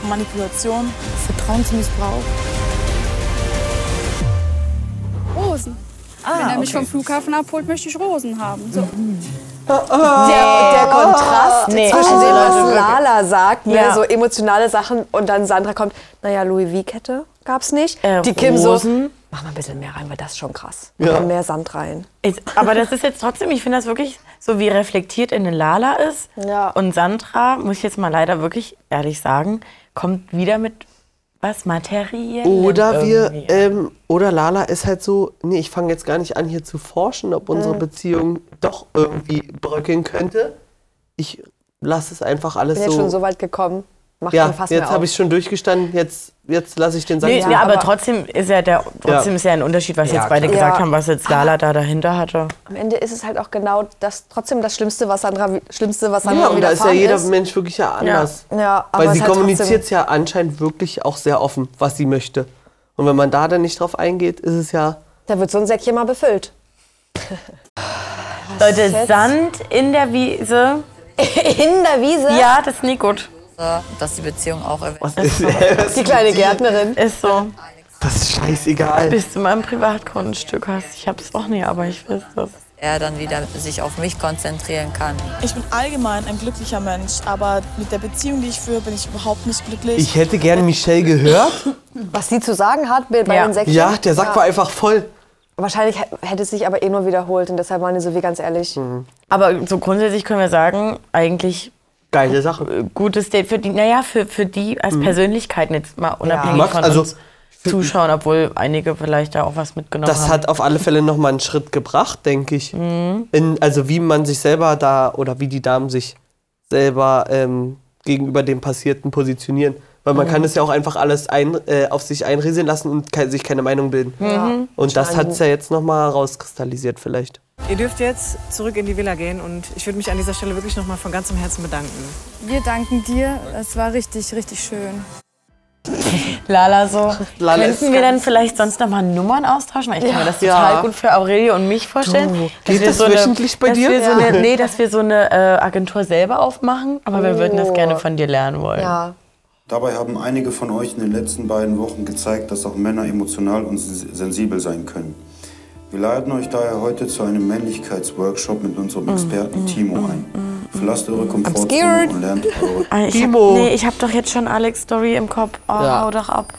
S14: Manipulation, Vertrauensmissbrauch.
S8: Rosen.
S10: Ah,
S8: Wenn er mich vom Flughafen abholt, möchte ich Rosen haben. So.
S3: Der, der Kontrast
S8: Nee.
S3: zwischen
S1: oh,
S3: dem,
S8: Also,
S3: was
S8: wirklich.
S3: Lala sagt, ne,
S8: Ja.
S3: so emotionale Sachen, und dann Sandra kommt, naja, Louis V-Kette gab's nicht. die Kim
S1: Äh, Rosen.
S3: so, mach mal ein bisschen mehr rein, weil das ist schon krass.
S1: Ja.
S3: Mach mal mehr Sand rein.
S1: Ist, aber das ist jetzt trotzdem, ich finde das wirklich so, wie reflektiert in den Lala ist. Und Sandra, muss ich jetzt mal leider wirklich ehrlich sagen, kommt wieder mit was Materielles.
S2: Oder wir, ähm, oder Lala ist halt so, nee, ich fange jetzt gar nicht an, hier zu forschen, ob unsere
S3: Äh.
S1: Mhm.
S2: Beziehung doch irgendwie bröckeln könnte. Ich lasse es einfach
S3: Ich
S2: alles
S3: bin jetzt
S2: so.
S3: schon so weit gekommen. Mach
S2: ja,
S3: schon fast
S2: jetzt habe ich schon durchgestanden, jetzt, jetzt lasse ich den Sack
S1: Nee,
S2: zu.
S1: ja, aber trotzdem ist ja, der, trotzdem
S2: Ja.
S1: Ist ja ein Unterschied, was
S2: Ja,
S1: jetzt beide
S2: klar.
S1: gesagt
S3: Ja.
S1: haben, was jetzt Lala da dahinter hatte.
S3: Am Ende ist es halt auch genau das, trotzdem das Schlimmste, was Sandra, Schlimmste, was Sandra
S2: Ja, und da ist ja
S3: widerfahren
S2: jeder Mensch wirklich ja anders.
S3: Ja, ja aber
S2: Weil
S3: es
S2: sie
S3: ist halt
S2: kommuniziert ja anscheinend wirklich auch sehr offen, was sie möchte. Und wenn man da dann nicht drauf eingeht, ist es ja.
S3: Da wird so ein Säckchen mal befüllt. Oh,
S1: Leute,
S3: ist jetzt?
S1: Sand in der Wiese.
S3: In der Wiese?
S1: Ja, das ist nicht gut.
S10: Äh,
S6: Dass die Beziehung auch
S2: Was ist das?
S3: Die kleine Gärtnerin.
S1: Ist so.
S2: Das ist scheißegal.
S1: Bis du mal ein Privatgrundstück hast. Ich hab's auch nie, aber ich weiß das.
S6: er dann wieder sich auf mich konzentrieren kann.
S14: Ich bin allgemein ein glücklicher Mensch, aber mit der Beziehung, die ich führe, bin ich überhaupt nicht glücklich.
S2: Ich hätte gerne Michelle gehört.
S3: Was sie zu sagen hat bei bei
S14: Ja.
S3: den Säckchen.
S2: Ja, der Sack war einfach voll.
S3: Wahrscheinlich hä- hätte es sich aber eh nur wiederholt und deshalb waren die so wie ganz ehrlich.
S2: Mhm.
S1: Aber so grundsätzlich können wir sagen, eigentlich.
S2: Geile Sache.
S1: Gutes Date für die, naja, für, für die als
S2: Mhm.
S1: Persönlichkeiten jetzt mal unabhängig
S2: Max,
S1: von
S2: also-
S1: uns Zuschauern, obwohl einige vielleicht da auch was mitgenommen
S2: Das
S1: haben.
S2: hat auf alle Fälle nochmal einen Schritt gebracht, denke ich.
S1: Mhm.
S2: In, also wie man sich selber da oder wie die Damen sich selber ähm, gegenüber dem Passierten positionieren. Weil man
S1: Mhm.
S2: kann es ja auch einfach alles ein, äh, auf sich einrieseln lassen und ke sich keine Meinung bilden.
S20: Ja.
S2: Und das hat es ja
S20: Schade.
S2: jetzt nochmal rauskristallisiert vielleicht.
S20: Ihr dürft jetzt zurück in die Villa gehen und ich würde mich an dieser Stelle wirklich nochmal von ganzem Herzen bedanken.
S8: Wir danken dir. Es war richtig, richtig schön.
S1: Lala so.
S2: Lala ist
S1: Könnten wir
S2: ganz-
S1: dann vielleicht sonst nochmal Nummern austauschen? Weil ich kann
S2: Ja.
S1: mir das
S2: Ja.
S1: total gut für Aurelie und mich vorstellen.
S2: Du,
S1: dass
S2: geht
S1: wir
S2: das wöchentlich bei
S1: dass
S2: dir?
S1: Wir so eine,
S2: Ja.
S1: nee, dass wir so eine äh, Agentur selber aufmachen, aber wir würden das
S21: Oh.
S1: gerne von dir lernen wollen.
S21: Dabei haben einige von euch in den letzten beiden Wochen gezeigt, dass auch Männer emotional und s- sensibel sein können. Wir laden euch daher heute zu einem Männlichkeitsworkshop mit
S3: Mm,
S21: unserem Experten Timo ein. Verlasst eure Komfortzone
S1: scared.
S21: und lernt eure
S1: Ah, Ich hab, nee, ich habe doch jetzt schon Alex Story im Kopf. Oh,
S2: Ja.
S1: Hau doch ab.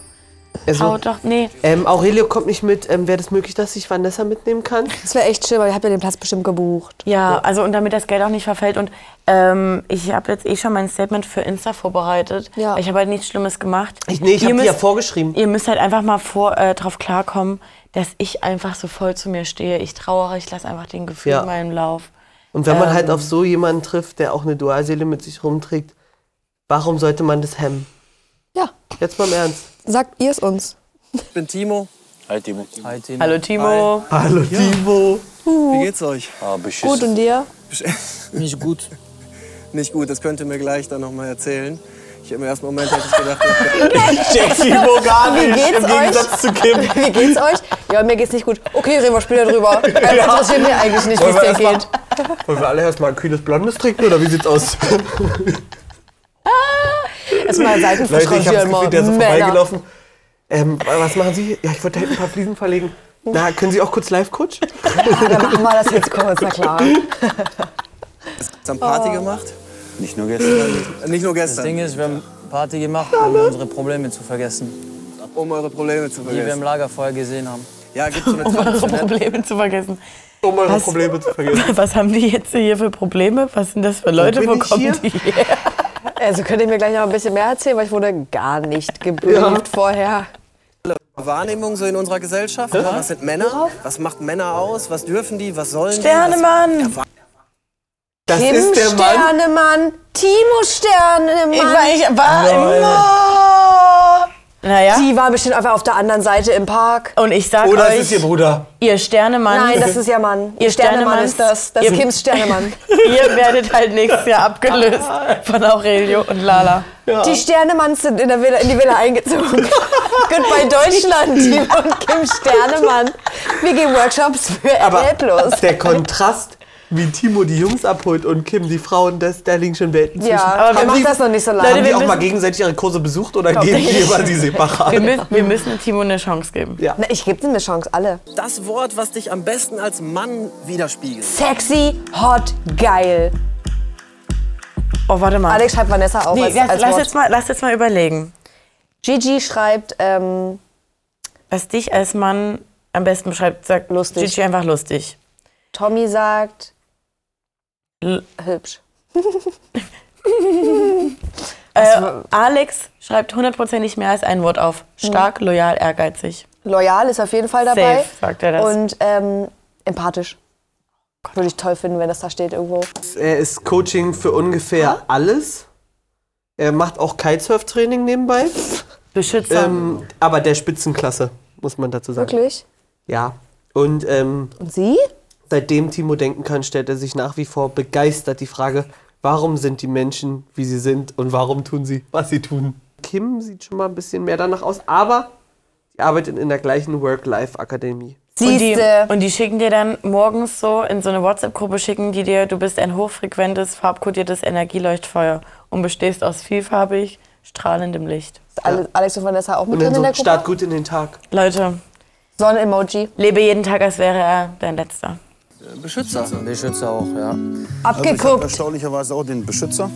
S2: Also-
S1: hau doch, nee.
S2: Ähm, Aurelio kommt nicht mit. Ähm, Wäre das möglich, dass ich Vanessa mitnehmen kann?
S1: Das wäre echt schön, weil ich habe ja den Platz bestimmt gebucht. Ja, also und damit das Geld auch nicht verfällt. Und ähm, ich habe jetzt eh schon mein Statement für Insta vorbereitet. Ja. Ich habe halt nichts Schlimmes gemacht.
S2: Ich, nee, ich
S1: Ihr
S2: habe die ja
S1: müsst-
S2: vorgeschrieben.
S1: Ihr müsst halt einfach mal vor, äh, drauf klarkommen, dass ich einfach so voll zu mir stehe. Ich trauere, ich lasse einfach den Gefühl
S2: Ja.
S1: meinen Lauf.
S2: Und wenn man
S1: Ähm,
S2: halt auf so jemanden trifft, der auch eine Dualseele mit sich rumträgt, warum sollte man das hemmen?
S3: Ja.
S2: Jetzt mal im Ernst.
S3: Sagt ihr es uns?
S16: Ich bin Timo.
S13: Hi Timo.
S16: Hi Timo.
S1: Hallo, Timo.
S2: Hi. Hallo Timo.
S16: Wie geht's euch?
S13: Ah,
S3: Gut und dir?
S16: Nicht gut. Nicht gut, das könnt ihr mir gleich dann nochmal erzählen. Ich habe im ersten Moment hätte ich gedacht,
S3: Jesse Wie geht's euch? Wie geht's euch? Ja, mir geht's nicht gut. Okay, reden wir später drüber. Also, Das
S2: Ja.
S3: interessiert mich eigentlich nicht, wie
S2: Wollen
S3: es
S2: wir
S3: dir
S2: erst mal-
S3: geht.
S2: Wollen wir alle erstmal ein kühles Blondes trinken oder wie sieht's aus?
S3: Erstmal Seitenfisch
S2: Leute, ich habe das Gefühl,
S3: rasieren
S2: der ist so
S3: Männer.
S2: vorbeigelaufen. Ähm, was machen Sie? Ja, ich wollte halt ein paar Fliesen verlegen. Na, können Sie auch kurz Live-Coach?
S3: Ja, dann machen wir das jetzt kurz, na klar.
S16: dann Party gemacht.
S11: Nicht nur gestern.
S16: Nicht nur
S11: Das
S16: gestern.
S11: Ding ist, wir haben Party gemacht, um unsere Probleme zu vergessen.
S16: Um eure Probleme zu
S11: Die wir im
S16: vergessen.
S11: Lagerfeuer gesehen haben.
S16: Ja, gibt's so eine
S1: Um eure
S16: traditionelle-
S1: Probleme zu vergessen.
S2: Um eure
S1: Was-
S2: Probleme zu vergessen.
S1: Was haben die jetzt hier für Probleme? Was sind das für Leute?
S3: bin
S1: Wo
S3: ich
S1: kommen
S3: hier?
S1: die her?
S3: Also könnt ihr mir gleich noch ein bisschen mehr erzählen, weil ich wurde gar nicht gebrieft
S16: Ja.
S3: vorher.
S16: Wahrnehmung so in unserer Gesellschaft. ne? Was sind Männer? Was macht Männer aus? Was dürfen die? Was sollen
S1: Sternemann.
S16: die? Was-
S2: Das
S3: Kim
S16: ist der Mann.
S3: Sternemann, Timo Sternemann.
S1: Ich war- ich war Lol. Naja.
S3: Die war bestimmt einfach auf der anderen Seite im Park.
S1: Und ich sag euch,
S2: Bruder.
S1: ihr Sternemann.
S3: Nein, das ist ja Mann.
S1: Oh Ihr Sternemann
S3: ist das. Das ist
S1: Ihr-
S3: Kims Sternemann.
S1: Ihr werdet halt nächstes Jahr abgelöst von Aurelio und Lala.
S3: Die Sternemanns sind in, der Villa, in die Villa eingezogen. Goodbye Deutschland, Timo und Kim Sternemann. Wir geben Workshops für
S2: Aber
S3: RTL Plus.
S2: der Kontrast, wie Timo die Jungs abholt und Kim die Frauen, das, da liegen schon Welten
S3: Ja,
S2: zwischen.
S3: aber wir
S2: Haben
S3: machen
S2: die-
S3: das noch nicht so lange.
S2: Haben
S3: Leute,
S2: die
S3: wir
S2: auch mal
S3: müssen-
S2: gegenseitig ihre Kurse besucht oder
S3: Glaub
S2: geben die
S3: nicht.
S2: immer die separat?
S1: Wir müssen, wir müssen Timo eine Chance geben.
S2: Ja.
S3: Na, ich gebe denen eine Chance, alle.
S16: Das Wort, was dich am besten als Mann widerspiegelt.
S3: Sexy, hot, geil.
S1: Oh, warte mal.
S3: Alex schreibt Vanessa auf
S1: Nee,
S3: als,
S1: lass,
S3: als
S1: lass,
S3: Wort.
S1: jetzt mal, lass jetzt mal überlegen,
S3: Gigi schreibt, ähm,
S1: was dich als Mann am besten beschreibt. Sagt lustig. Gigi einfach lustig.
S3: Tommy sagt,
S1: L
S3: hübsch.
S1: äh, Alex schreibt hundertprozentig mehr als ein Wort auf. Stark, loyal, ehrgeizig.
S3: Loyal ist auf jeden Fall dabei.
S1: Safe, sagt er das.
S3: Und ähm, empathisch. Würde ich toll finden, wenn das da steht irgendwo.
S2: Er ist Coaching für ungefähr alles. Er macht auch Kitesurf-Training nebenbei.
S1: Beschützer.
S2: Ähm, aber der Spitzenklasse, muss man dazu sagen.
S3: Wirklich?
S2: Ja. Und, ähm,
S3: Und Sie?
S2: seitdem Timo denken kann, stellt er sich nach wie vor begeistert die Frage, warum sind die Menschen, wie sie sind und warum tun sie, was sie tun. Kim sieht schon mal ein bisschen mehr danach aus, aber sie arbeitet in der gleichen Work-Life-Akademie.
S1: Und die, und die schicken dir dann morgens so in so eine WhatsApp-Gruppe, schicken die dir, du bist ein hochfrequentes, farbkodiertes Energieleuchtfeuer und bestehst aus vielfarbig strahlendem Licht.
S3: Ale- Alex und Vanessa auch mit
S2: Und
S3: drin
S2: dann
S3: in der
S2: so,
S3: Gruppe?
S2: start gut in den Tag.
S1: Leute,
S3: Sonnen-Emoji.
S1: lebe jeden Tag, als wäre er dein letzter.
S11: Beschützer. Beschützer auch, ja.
S3: Abgeguckt.
S15: Also ich hab erstaunlicherweise auch den Beschützer.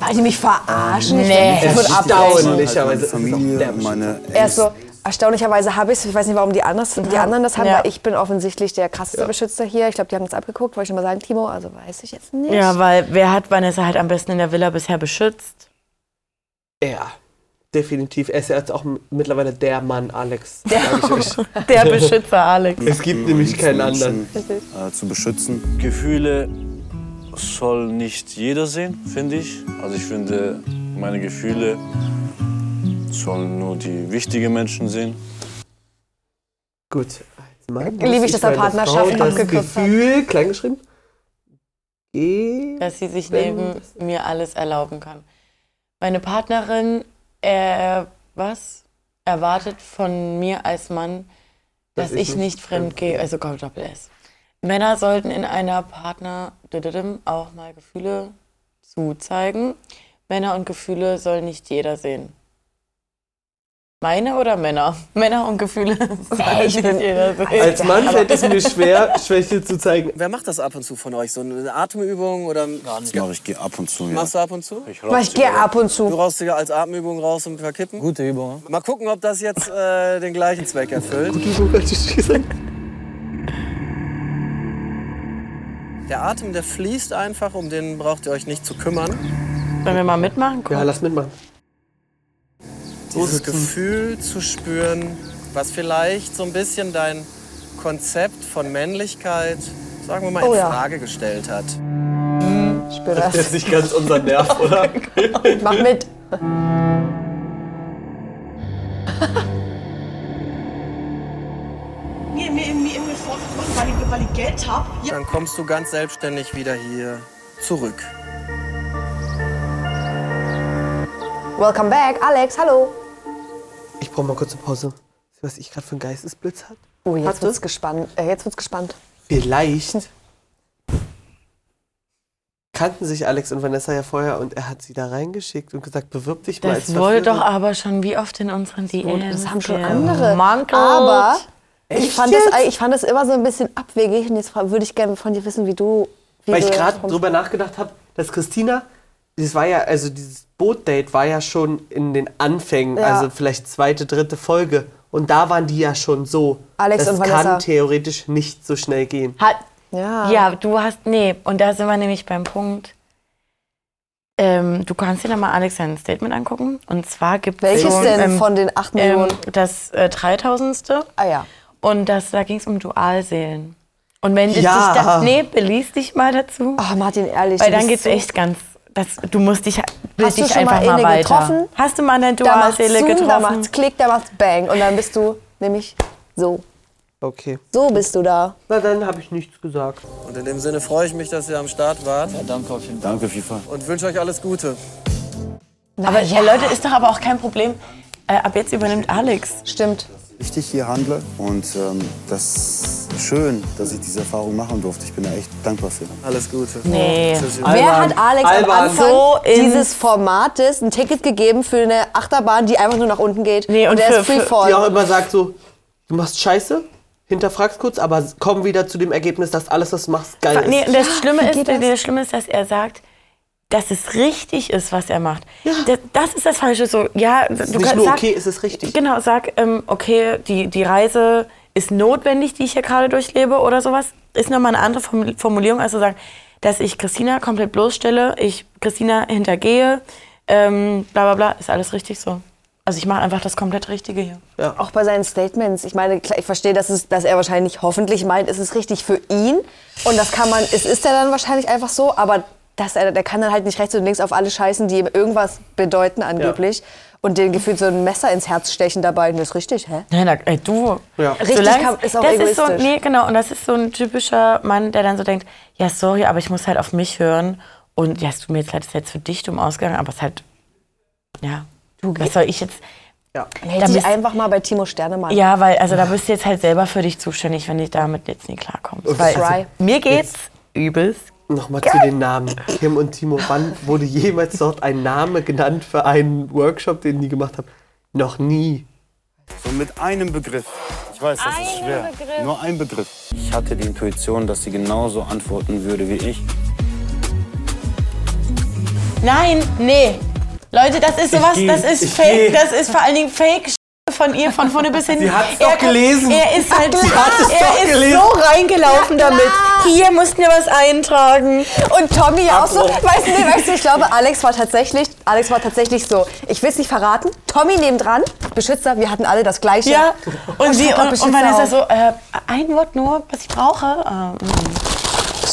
S3: Weil die mich verarschen? Ich
S1: Nee.
S3: bin- Ich würde abbrechen.
S15: Erstaunlicherweise. Familie, meine
S3: Er ist so, erstaunlicherweise habe ich es. Ich weiß nicht, warum die, anders, die anderen das haben,
S1: Ja.
S3: weil ich bin offensichtlich der krasseste Beschützer hier. Ich glaube, die haben uns abgeguckt. Wollte ich nochmal sagen, Timo, also weiß ich jetzt nicht.
S1: Ja, weil wer hat Vanessa halt am besten in der Villa bisher beschützt?
S2: Er. Definitiv. Er ist ja jetzt auch m- mittlerweile der Mann, Alex. sag ich euch.
S1: Der Beschützer Alex.
S2: Es gibt nämlich keinen anderen.
S15: äh, zu beschützen.
S13: Gefühle soll nicht jeder sehen, finde ich. Also ich finde, meine Gefühle sollen nur die wichtigen Menschen sehen.
S2: Gut. Als Mann
S3: Liebe
S2: muss
S3: ich, dass er
S2: meiner
S3: Partnerschaften
S2: Frau das
S3: abgekürzt hat.
S2: Gefühl, kleingeschrieben,
S1: Dass sie sich
S2: Wenn-
S1: neben mir alles erlauben kann. Meine Partnerin, äh, was? erwartet von mir als Mann, dass, ich, nicht fremd gehe, also Gott, Doppel S. Männer sollten in einer Partner dödödüm auch mal Gefühle zuzeigen. Männer und Gefühle soll nicht jeder sehen. Meine oder Männer? Männer und Gefühle soll nicht jeder sehen.
S2: Als Mann fällt es mir schwer, Schwäche zu zeigen.
S16: Wer macht das ab und zu von euch? So eine Atemübung oder. Gar
S17: Das mache ich, gehe ab und zu. Ja.
S16: Machst du ab und zu?
S17: rauche Ich gehe Zigaretten. ab
S16: und zu. Du rauchst sogar als Atemübung raus und ein paar Kippen? Gute Übung. Mal gucken, ob das jetzt äh, den gleichen Zweck erfüllt. Gute Übung, als ich gesagt Der Atem, der fließt einfach, um den braucht ihr euch nicht zu kümmern.
S1: Wollen wir mal mitmachen?
S2: Ja, lass mitmachen.
S16: Dieses Gefühl zu spüren, was vielleicht so ein bisschen dein Konzept von Männlichkeit, sagen wir mal,
S3: Oh
S16: in
S3: ja.
S16: Frage gestellt hat.
S3: Ich spüre das.
S2: nicht ganz unser Nerv, oder?
S3: Mach mit.
S14: Mir, mir, mir, mir vorgeworfen, weil ich, weil ich Geld habe.
S16: Dann kommst du ganz selbstständig wieder hier zurück.
S3: Welcome back, Alex. Hallo.
S2: Ich brauche mal kurz eine Pause. Siehst du, Was ich gerade für einen Geistesblitz hat?
S3: Oh,
S2: Hast
S3: jetzt
S2: du?
S3: wird's gespannt. Äh, jetzt wird's gespannt.
S2: Vielleicht kannten sich Alex und Vanessa ja vorher und er hat sie da reingeschickt und gesagt, bewirb dich mal als
S1: Das wurde doch
S2: Verführerin.
S1: aber schon wie oft in unseren DMs.
S3: Das haben schon andere.
S1: gemankelt.
S3: Aber ich
S1: Echt
S3: fand, das,
S1: jetzt?
S3: ich fand das immer so ein bisschen abwegig und jetzt fra- würde ich gerne von dir wissen, wie du. Wie
S2: Weil ich
S3: du
S2: gerade
S3: kommst.
S2: drüber nachgedacht habe, dass Christina, das war ja, also dieses Boot-Date war ja schon in den Anfängen,
S3: Ja.
S2: also vielleicht zweite, dritte Folge. Und da waren die ja schon so.
S1: Alex
S2: das
S1: und Vanessa.
S2: kann theoretisch nicht so schnell gehen.
S1: Hat,
S3: ja.
S1: du hast, nee, und da sind wir nämlich beim Punkt. Ähm, du kannst dir da mal Alex sein Statement angucken. Und zwar gibt es.
S3: Welches
S1: so,
S3: denn von den acht Millionen?
S1: Ähm, das äh, 3000.
S3: Ah ja.
S1: Und das, da ging es um Dualseelen. Und wenn dich
S3: Ja.
S1: da, nee, beließ dich mal dazu.
S3: Ach, Ah, Martin, ehrlich.
S1: Weil
S3: du
S1: dann
S3: bist
S1: geht's
S3: so-
S1: echt ganz. Das, du musst dich, bild
S3: Hast du
S1: dich
S3: schon
S1: einfach
S3: mal
S1: mal,
S3: eine
S1: weiter.
S3: getroffen?
S1: Hast du mal eine
S3: Da macht's
S1: Dualseele
S3: Zoom,
S1: getroffen?
S3: Da macht's Klick, da macht's Bang. Und dann bist du nämlich so.
S2: Okay.
S3: So bist du da.
S2: Na, dann habe ich nichts gesagt.
S16: Und in dem Sinne freue ich mich, dass ihr am Start wart. Ja, danke auf jeden Fall.
S17: Danke, FIFA.
S16: Und wünsche euch alles Gute.
S1: Aber ja. Leute, ist doch aber auch kein Problem. Äh, ab jetzt übernimmt Alex.
S3: Stimmt.
S21: richtig hier handle. Und ähm, das ist schön, dass ich diese Erfahrung machen durfte. Ich bin da echt dankbar für.
S16: Alles Gute.
S1: Nee.
S3: Wer hat Alex am Anfang
S1: So ins-
S3: dieses Formates ein Ticket gegeben für eine Achterbahn, die einfach nur nach unten geht? Nee,
S2: und
S3: der
S2: für-
S3: ist free
S2: für-
S3: fall.
S2: Die auch immer sagt so, du machst Scheiße, hinterfragst kurz, aber komm wieder zu dem Ergebnis, dass alles, was du machst, geil ist.
S1: Nee, und das Schlimme, ist, das? Schlimme ist, dass er sagt, dass es richtig ist, was er macht. Das, das ist das Falsche. So, ja,
S2: Es ist
S1: du
S2: nicht
S1: kannst-
S2: nur
S1: sag-
S2: okay, es ist richtig.
S1: Genau, sag, ähm, okay, die, die Reise ist notwendig, die ich hier gerade durchlebe oder sowas. Ist nochmal eine andere Form- Formulierung, als zu sagen, dass ich Christina komplett bloßstelle, ich Christina hintergehe, ähm, bla bla bla, ist alles richtig so. Also ich mache einfach das komplett Richtige hier.
S3: Auch bei seinen Statements. Ich meine, klar, ich verstehe, dass, es, dass er wahrscheinlich hoffentlich meint, es ist richtig für ihn. Und das kann man, es ist er dann wahrscheinlich einfach so, aber dass er, der kann dann halt nicht rechts und links auf alle scheißen, die ihm irgendwas bedeuten angeblich. Und den gefühlt so ein Messer ins Herz stechen dabei. Und das ist richtig, hä?
S1: Nein, da, ey, du.
S2: Ja.
S3: Richtig
S1: Solange-
S3: kann- ist auch
S1: das ist so,
S3: egoistisch.
S1: nee, genau. Und das ist so ein typischer Mann, der dann so denkt, ja, sorry, aber ich muss halt auf mich hören. Und ja, es tut mir jetzt leid, es ist jetzt für dich dumm ausgegangen, aber es ist halt, ja, du, was soll ich jetzt?
S2: Ja.
S3: Hält dich einfach mal bei Timo Sternemann.
S1: Ja, weil, also da bist du jetzt halt selber für dich zuständig, wenn ich damit jetzt nie klarkommst.
S2: Und
S1: Weil,
S2: also,
S1: mir geht's übelst.
S2: Nochmal zu den Namen. Kim und Timo, wann wurde jemals dort ein Name genannt für einen Workshop, den die gemacht haben? Noch nie.
S21: So
S17: Also
S21: mit einem Begriff. Ich weiß, das ist schwer. Nur ein Begriff.
S17: Ich hatte die Intuition, dass sie genauso antworten würde wie ich.
S1: Nein, nee. Leute, das ist
S17: Ich
S1: sowas,
S17: geh,
S1: das ist
S17: ich
S1: Fake,
S17: geh.
S1: das ist vor allen Dingen Fake von ihr, von vorne bis hin.
S2: Sie hat's
S1: Er
S2: doch
S1: kann-
S2: gelesen.
S1: Er ist halt,
S2: Sie hat es
S1: er
S2: doch
S1: ist
S2: gelesen.
S1: so reingelaufen damit. Hier mussten wir was eintragen.
S3: Und Tommy auch so,
S1: Abbruch.
S3: weißt du, nee, weißt du, ich glaube, Alex war tatsächlich, Alex war tatsächlich so, ich will es nicht verraten, Tommy nebendran, Beschützer, wir hatten alle das Gleiche.
S1: Ja, und, sie,
S3: ich hab
S1: und,
S3: noch
S1: und Vanessa
S3: auf.
S1: so, äh, ein Wort nur, was ich brauche. Ähm,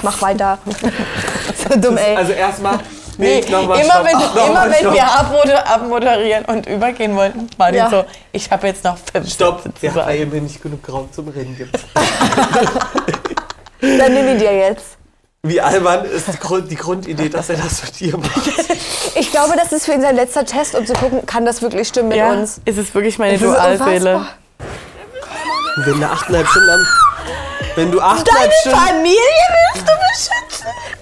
S1: so.
S3: Mach weiter. so dumm, ey.
S2: Also erstmal,
S1: Nee,
S2: nee, nochmal
S1: immer
S2: stopp.
S1: wenn,
S2: Nochmal
S1: immer wenn
S2: stopp.
S1: wir abmoder abmoderieren und übergehen wollten, war die
S2: Ja.
S1: so, ich habe jetzt noch fünf.
S2: Stopp, sie hat mir nicht genug Raum zum Reden gibt.
S3: Dann nimm ihn dir jetzt.
S2: Wie albern ist die, Grund, die Grundidee, dass er das mit dir macht?
S3: Ich glaube, das ist für ihn sein letzter Test, um zu gucken, kann das wirklich stimmen mit
S1: Ja,
S3: uns.
S1: ist es wirklich meine
S3: Es ist
S1: Dualseele?
S3: unfassbar.
S2: Wenn du 8,5 Stunden am. Wenn du 8,5
S3: Deine
S2: Stunden.
S3: Familie willst du beschützen?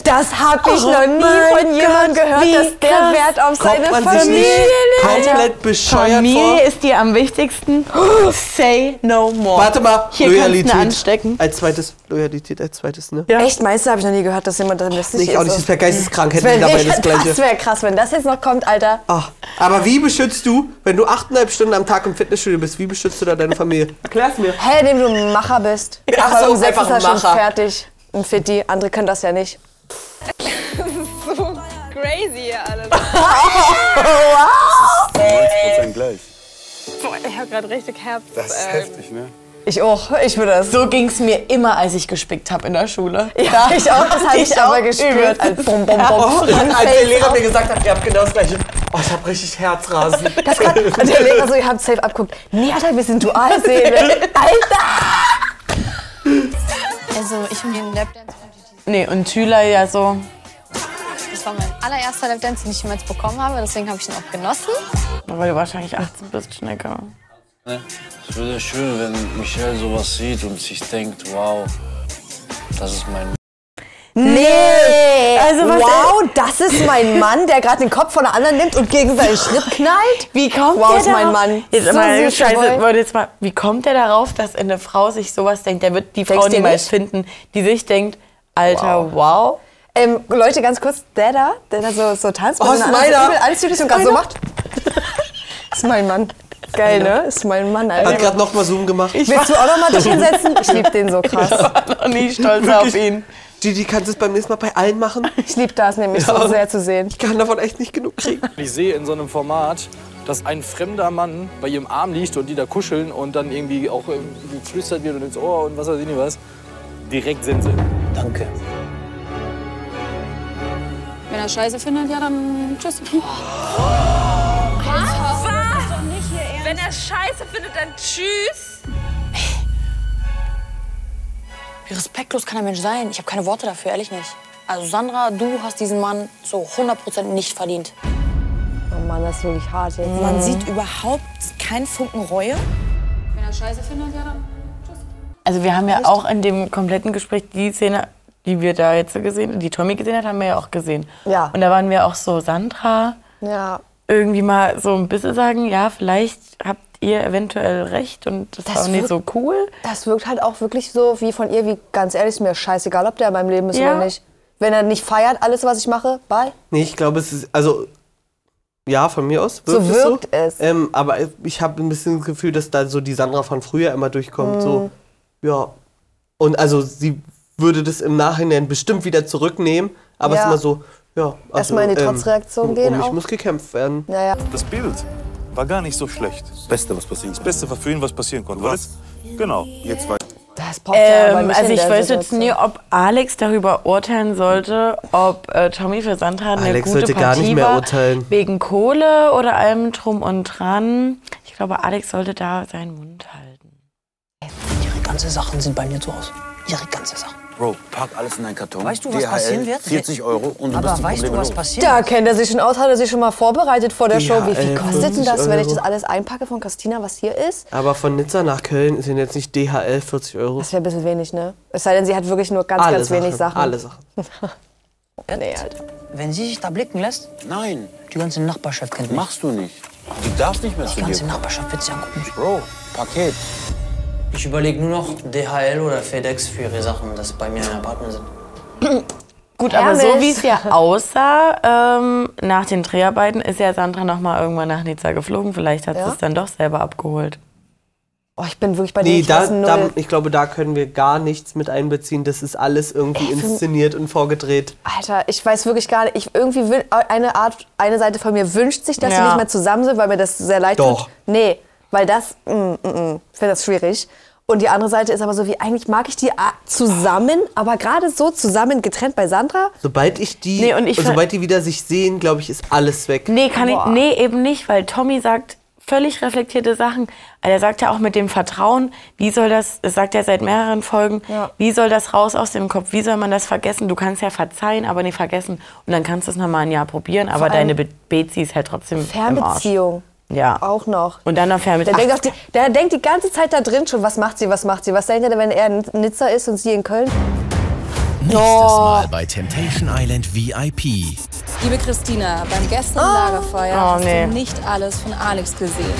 S3: Das habe ich
S1: Oh
S3: noch nie
S1: mein
S3: von jemandem
S1: Gott,
S3: gehört,
S1: wie
S3: dass der
S1: krass.
S3: Wert auf seine
S1: Kommt man sich
S3: Familie
S1: nicht
S3: legt.
S2: komplett bescheuert
S1: Familie
S2: vor?
S1: ist dir am wichtigsten. Say no more.
S2: Warte mal,
S1: Hier kannst
S2: Loyalität.
S1: du anstecken.
S2: Als zweites, Loyalität als zweites, ne?
S3: Echt, meinst du, habe ich noch nie gehört, dass jemand das lästig
S2: Nicht,
S3: ist?
S2: auch nicht, das wäre geisteskrank, hätten wir
S3: Wenn-
S2: dabei das Gleiche.
S3: Das wäre krass, wenn das jetzt noch kommt, Alter.
S2: Ach, Ah, aber wie beschützt du, wenn du 8,5 Stunden am Tag im Fitnessstudio bist, wie beschützt du da deine Familie? Erklär's mir.
S3: Hä, indem du ein Macher bist.
S2: Ach
S3: Aber
S2: so,
S3: um sechs
S2: einfach
S3: ist er
S2: ein
S3: schon
S2: Macher.
S3: fertig. Ein Fitti, andere können das ja nicht.
S8: Das ist so crazy hier alles.
S3: wow.
S15: gleich.
S8: Boah, ich habe gerade richtig Herz.
S17: Ähm.
S8: äh,
S15: heftig, ne?
S3: Ich auch, ich würde das.
S1: So ging es mir immer, als ich gespickt habe in der Schule.
S3: Ja, ich auch, das habe ich, aber gespürt. Als bum, bum, bum.
S2: Oh, als
S3: Face
S2: der Lehrer
S3: auf.
S2: mir gesagt hat, ihr habt genau das Gleiche. Oh, ich hab richtig Herzrasen.
S3: Das kann, und der Lehrer so, ihr habt safe abguckt. Nee, Alter, wir sind Dualseele. Alter!
S10: Also ich bin den Lapdance.
S1: Nee, und Schüler ja so.
S10: Das war mein allererster Lapdance, den ich jemals bekommen habe. Deswegen habe ich ihn auch genossen.
S1: Weil du wahrscheinlich 18 bist, Schnecker.
S13: Ne? Es wäre schön, wenn Michelle sowas sieht und sich denkt, wow, das ist mein
S3: Nee!
S1: Also was
S3: wow, das ist mein Mann, der gerade den Kopf von der anderen nimmt und gegen seinen Schritt knallt?
S1: Wie kommt
S3: wow,
S1: der
S3: ist
S1: darauf?
S3: mein Mann.
S1: Jetzt
S3: so
S1: mal,
S3: süß,
S1: Scheiße,
S3: Boy.
S1: wollte jetzt mal, wie kommt der darauf, dass eine Frau sich sowas denkt? Der wird die Frau
S3: Denkst du
S1: niemals
S3: nicht?
S1: finden, die sich denkt, Alter, wow.
S3: Ähm, Leute, ganz kurz, der da, der da so, so tanzt,
S1: Oh,
S3: mit
S1: ist
S3: seiner
S1: meiner.
S3: Übel anzüglich und gerade so
S1: Meiner.
S3: macht. ist mein Mann. Geil, ne? Ist mein Mann,
S2: Hat
S3: Alter.
S2: gerade nochmal Zoom gemacht.
S3: Willst du auch noch mal dich hinsetzen? Ich liebe den so krass.
S1: noch nie stolz
S2: Wirklich.
S1: auf ihn.
S2: Gigi, kannst du es beim nächsten Mal bei allen machen?
S3: Ich liebe das nämlich
S2: Ja.
S3: so sehr zu sehen.
S2: Ich kann davon echt nicht genug kriegen.
S18: Ich sehe in so einem Format, dass ein fremder Mann bei ihrem Arm liegt und die da kuscheln und dann irgendwie auch ähm, geflüstert wird und ins Ohr und was weiß ich nicht was. Direkt Sense. Danke.
S8: Wenn er Scheiße findet, ja, dann tschüss.
S22: Wenn er Scheiße findet, dann tschüss.
S10: Wie respektlos kann der Mensch sein? Ich habe keine Worte dafür, ehrlich nicht. Also Sandra, du hast diesen Mann so 100% nicht verdient.
S3: Oh Mann, das ist wirklich hart jetzt.
S12: Man sieht überhaupt keinen Funken Reue.
S8: Wenn er Scheiße findet, ja, dann.
S1: Also wir haben ja auch in dem kompletten Gespräch die Szene, die wir da jetzt so gesehen, die Tommy gesehen hat, haben wir ja auch gesehen.
S3: Ja.
S1: Und da waren wir auch so, Sandra,
S3: Ja.
S1: irgendwie mal so ein bisschen sagen, ja, vielleicht habt ihr eventuell recht und das, war auch nicht so
S3: wirkt-
S1: cool.
S3: Das wirkt halt auch wirklich so wie von ihr, wie ganz ehrlich, ist mir scheißegal, ob der in meinem Leben ist
S1: Ja.
S3: oder nicht. Wenn er nicht feiert, alles, was ich mache, bye.
S2: Nee, ich glaube, es ist. Also, ja, von mir aus.
S3: So wirkt
S2: es. Ähm, aber ich habe ein bisschen das Gefühl, dass da so die Sandra von früher immer durchkommt.
S3: Mhm.
S2: So, ja. Und also, sie würde das im Nachhinein bestimmt wieder zurücknehmen, aber es
S3: Ja.
S2: ist immer so, ja. Also,
S3: Erstmal in die Trotzreaktion
S2: um,
S3: gehen
S2: Um mich
S3: auch.
S2: muss gekämpft werden.
S3: Naja.
S5: Das Bild war gar nicht so schlecht. Das
S15: Beste, was passieren
S5: Das Beste war für ihn, was passieren konnte. Was? Genau.
S15: Jetzt weiß
S3: Das
S1: Ähm, also ich weiß jetzt nie, ob Alex darüber urteilen sollte, ob äh, Tommy für Sandra eine
S2: Alex
S1: gute
S2: sollte
S1: Partie
S2: gar nicht mehr
S1: war,
S2: urteilen.
S1: wegen Kohle oder allem drum und dran. Ich glaube, Alex sollte da seinen Mund halten.
S11: Ihre ganzen Sachen sind bei mir zu Hause. Ihre ganzen Sachen.
S17: Bro, pack alles in einen Karton.
S11: Weißt du, was
S17: DHL,
S11: passieren wird?
S17: 40 Euro und du
S11: Aber
S17: bist die
S11: weißt du,
S17: Probleme
S11: was
S17: los.
S11: passiert?
S3: Da kennt er sich schon aus, hat er sich schon mal vorbereitet vor der
S2: Ja,
S3: Show. Wie viel
S2: ey,
S3: kostet denn
S2: 50
S3: das, wenn ich
S1: also
S2: Euro.
S3: das alles einpacke von Christina, was hier ist?
S2: Aber von Nizza nach Köln sind jetzt nicht DHL 40 Euro.
S3: Das wäre ein bisschen wenig, ne? Es sei denn, sie hat wirklich nur ganz,
S2: Alle
S3: ganz wenig Sachen. Also
S2: Alle Sachen.
S3: nee, Alter.
S11: Wenn sie sich da blicken lässt? Nein. Die ganze Nachbarschaft kennt mich.
S17: Machst du nicht. Du darfst nicht mehr zu
S11: Die
S17: dir.
S11: ganze Nachbarschaft wird sie angucken.
S17: Bro, Paket.
S11: Ich überlege nur noch DHL oder FedEx für ihre Sachen, dass bei mir in der Apartment sind.
S1: Gut,
S11: Hermes.
S1: aber so wie es ja aussah ähm, nach den Dreharbeiten, ist ja Sandra noch mal irgendwann nach Nizza geflogen. Vielleicht hat
S3: Ja.
S1: sie es dann doch selber abgeholt.
S3: Oh, ich bin wirklich bei den
S2: Nee,
S3: ich weiß
S2: da, da,
S3: null.
S2: ich glaube, da können wir gar nichts mit einbeziehen. Das ist alles irgendwie
S3: Ey, für-
S2: inszeniert und vorgedreht.
S3: Alter, ich weiß wirklich gar nicht. Ich irgendwie will, eine Art, eine Seite von mir wünscht sich, dass sie
S2: Ja.
S3: nicht mehr zusammen sind, weil mir das sehr leid
S2: Doch.
S3: tut. Nee, weil das, mm, mm, mm, ich finde das schwierig. Und die andere Seite ist aber so wie, eigentlich mag ich die ah, zusammen, aber gerade so zusammen getrennt bei Sandra.
S2: Sobald ich die,
S1: Nee, und ich ver-
S2: sobald die wieder sich sehen, glaube ich, ist alles weg.
S1: Nee, kann ich, nee, eben nicht, weil Tommy sagt, völlig reflektierte Sachen. Aber Er sagt ja auch mit dem Vertrauen, wie soll das, das sagt er seit mehreren Folgen, wie soll das raus aus dem Kopf, wie soll man das vergessen? Du kannst ja verzeihen, aber nicht vergessen. Und dann kannst du es nochmal ein Jahr probieren, aber
S3: Vor allem
S1: deine Be Bezi ist halt trotzdem im Arsch.
S3: Fernbeziehung.
S1: Ja.
S3: Auch noch.
S1: Und dann noch
S3: Der
S1: Fernbeziehung.
S3: denkt, auch die, der denkt die ganze Zeit da drin schon, was macht sie, was macht sie. Was denkt er denn, wenn er in Nizza ist und sie in Köln?
S4: Nächstes Mal bei Temptation Island VIP.
S9: Liebe Christina, beim gestrigen Lagerfeuer
S4: Oh,
S9: hast
S4: nee.
S9: du nicht alles von Alex gesehen.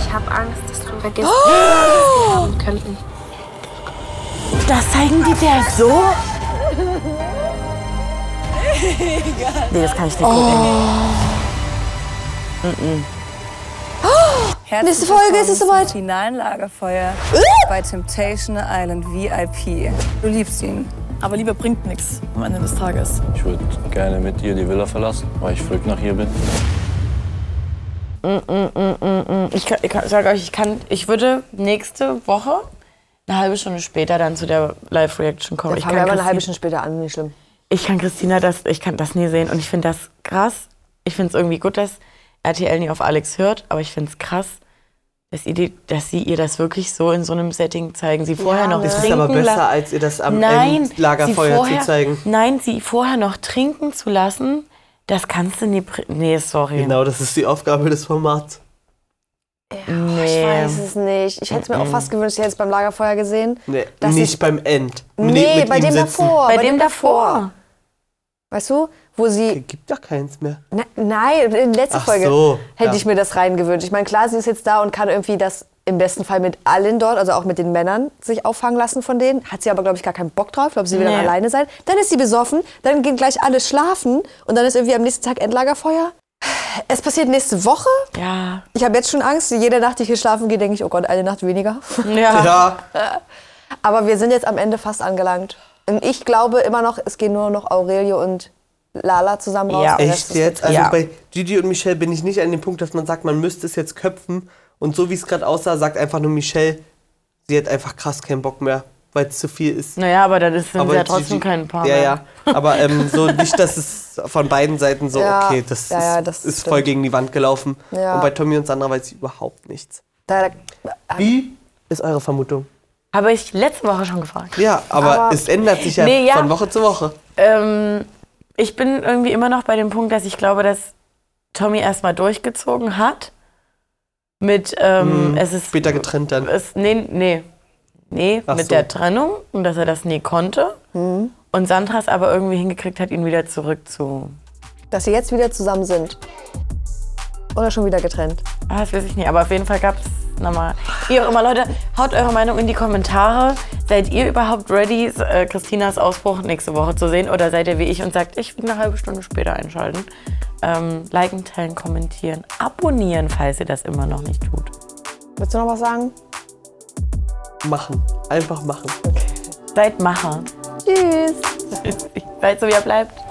S23: Ich habe Angst, dass du vergisst,
S9: Oh!
S23: was wir haben könnten.
S1: Das zeigen die der so? Nee, das kann ich nicht gucken.
S9: Nächste Folge ist es soweit. Äh! Finalen Lagerfeuer bei Temptation Island VIP. Du liebst ihn.
S12: Aber Liebe bringt nichts am Ende des Tages.
S13: Ich würde gerne mit ihr die Villa verlassen, weil ich verrückt nach ihr bin.
S1: Mm, mm, mm, mm, mm. Ich, kann- ich kann- sag euch, ich kann, ich würde nächste Woche eine halbe Stunde später dann zu der Live-Reaction kommen.
S3: Dann
S1: Ich
S3: fangen wir
S1: kann,
S3: aber eine halbe
S1: Christi,
S3: Stunde später an, nicht schlimm.
S1: ich kann Christina das, ich kann das nie sehen und ich finde das krass. Ich finde es irgendwie gut, dass RTL nie auf Alex hört, aber ich finde es krass, dass, ihr die, dass sie ihr das wirklich so in so einem Setting zeigen. Sie vorher noch
S2: Das ist
S1: trinken
S2: aber besser,
S1: lassen.
S2: als ihr das am
S1: Nein, sie
S2: Endlagerfeuer
S1: vorher,
S2: zu zeigen.
S1: Nein, sie vorher noch trinken zu lassen, das kannst du nie. pri- Nee, sorry.
S2: Genau, das ist die Aufgabe des Formats.
S1: nee.
S2: Ähm.
S3: Ich weiß es nicht. Ich hätte es mir auch
S2: Mhm.
S3: fast gewünscht, ich hätte es beim Lagerfeuer gesehen.
S2: Nee,
S3: Das
S2: nicht
S3: ist-
S2: beim End.
S3: Nee,
S2: mit
S3: bei
S2: ihm
S3: dem
S2: sitzen.
S3: davor.
S1: Bei dem davor.
S3: Weißt du, wo sie.
S2: Gibt ja keins mehr.
S3: Na, nein, in letzter
S2: Ach
S3: Folge
S2: so,
S3: hätte
S2: ja.
S3: ich mir das reingewünscht. Ich meine, klar, sie ist jetzt da und kann irgendwie das im besten Fall mit allen dort, also auch mit den Männern, sich auffangen lassen von denen. Hat sie aber, glaube ich, gar keinen Bock drauf. Ich glaube, sie will
S1: Nee.
S3: dann alleine sein. Dann ist sie besoffen, dann gehen gleich alle schlafen und dann ist irgendwie am nächsten Tag Endlagerfeuer. Es passiert nächste Woche.
S1: Ja.
S3: Ich habe jetzt schon Angst. Jede Nacht, die ich hier schlafen gehe, denke ich, oh Gott, eine Nacht weniger.
S1: Ah.
S2: Ja.
S3: Aber wir sind jetzt am Ende fast angelangt. Und ich glaube immer noch, es gehen nur noch Aurelio und Lala zusammen raus. Der Rest
S2: Echt
S3: ist
S2: jetzt?
S3: gut.
S2: Also bei Gigi und Michelle bin ich nicht an dem Punkt, dass man sagt, man müsste es jetzt köpfen. Und so wie es gerade aussah, sagt einfach nur Michelle, sie hat einfach krass keinen Bock mehr, weil es zu viel ist.
S1: Naja, aber dann ist- sind sie ja trotzdem
S2: kein
S1: kein Paar
S2: Ja,
S1: mehr.
S2: ja. Aber ähm, so nicht, dass es von beiden Seiten so,
S3: Ja,
S2: okay, das,
S3: ja, ja,
S2: ist,
S3: das
S2: ist
S3: stimmt.
S2: voll gegen die Wand gelaufen.
S3: Ja.
S2: Und bei Tommy und Sandra weiß ich überhaupt nichts.
S3: Da,
S2: Wie ist eure Vermutung?
S1: Habe ich letzte Woche schon gefragt.
S2: Ja, aber,
S1: Aber-
S2: es ändert sich ja,
S1: Nee, ja.
S2: von Woche zu Woche.
S1: Ähm, ich bin irgendwie immer noch bei dem Punkt, dass ich glaube, dass Tommy erstmal durchgezogen hat. Mit, ähm,
S2: Mhm.
S1: es ist.
S2: Später getrennt dann.
S1: Es, nee, nee. Nee,
S2: Ach
S1: mit
S2: so. Hm.
S1: der Trennung und dass er das nie konnte. Und Sandra es aber irgendwie hingekriegt hat, ihn wieder zurück zu.
S3: dass sie jetzt wieder zusammen sind. Oder schon wieder getrennt.
S1: Ah, das weiß ich nicht, aber auf jeden Fall gab es nochmal. Wie auch immer, Leute, haut eure Meinung in die Kommentare. Seid ihr überhaupt ready, äh, Christinas Ausbruch nächste Woche zu sehen? Oder seid ihr wie ich und sagt, ich will eine halbe Stunde später einschalten? Ähm, liken, teilen, kommentieren, abonnieren, falls ihr das immer noch nicht tut.
S3: Willst du noch was sagen?
S2: Machen. Einfach machen.
S1: Seid Macher.
S3: Tschüss.
S1: Seid so, wie ihr bleibt.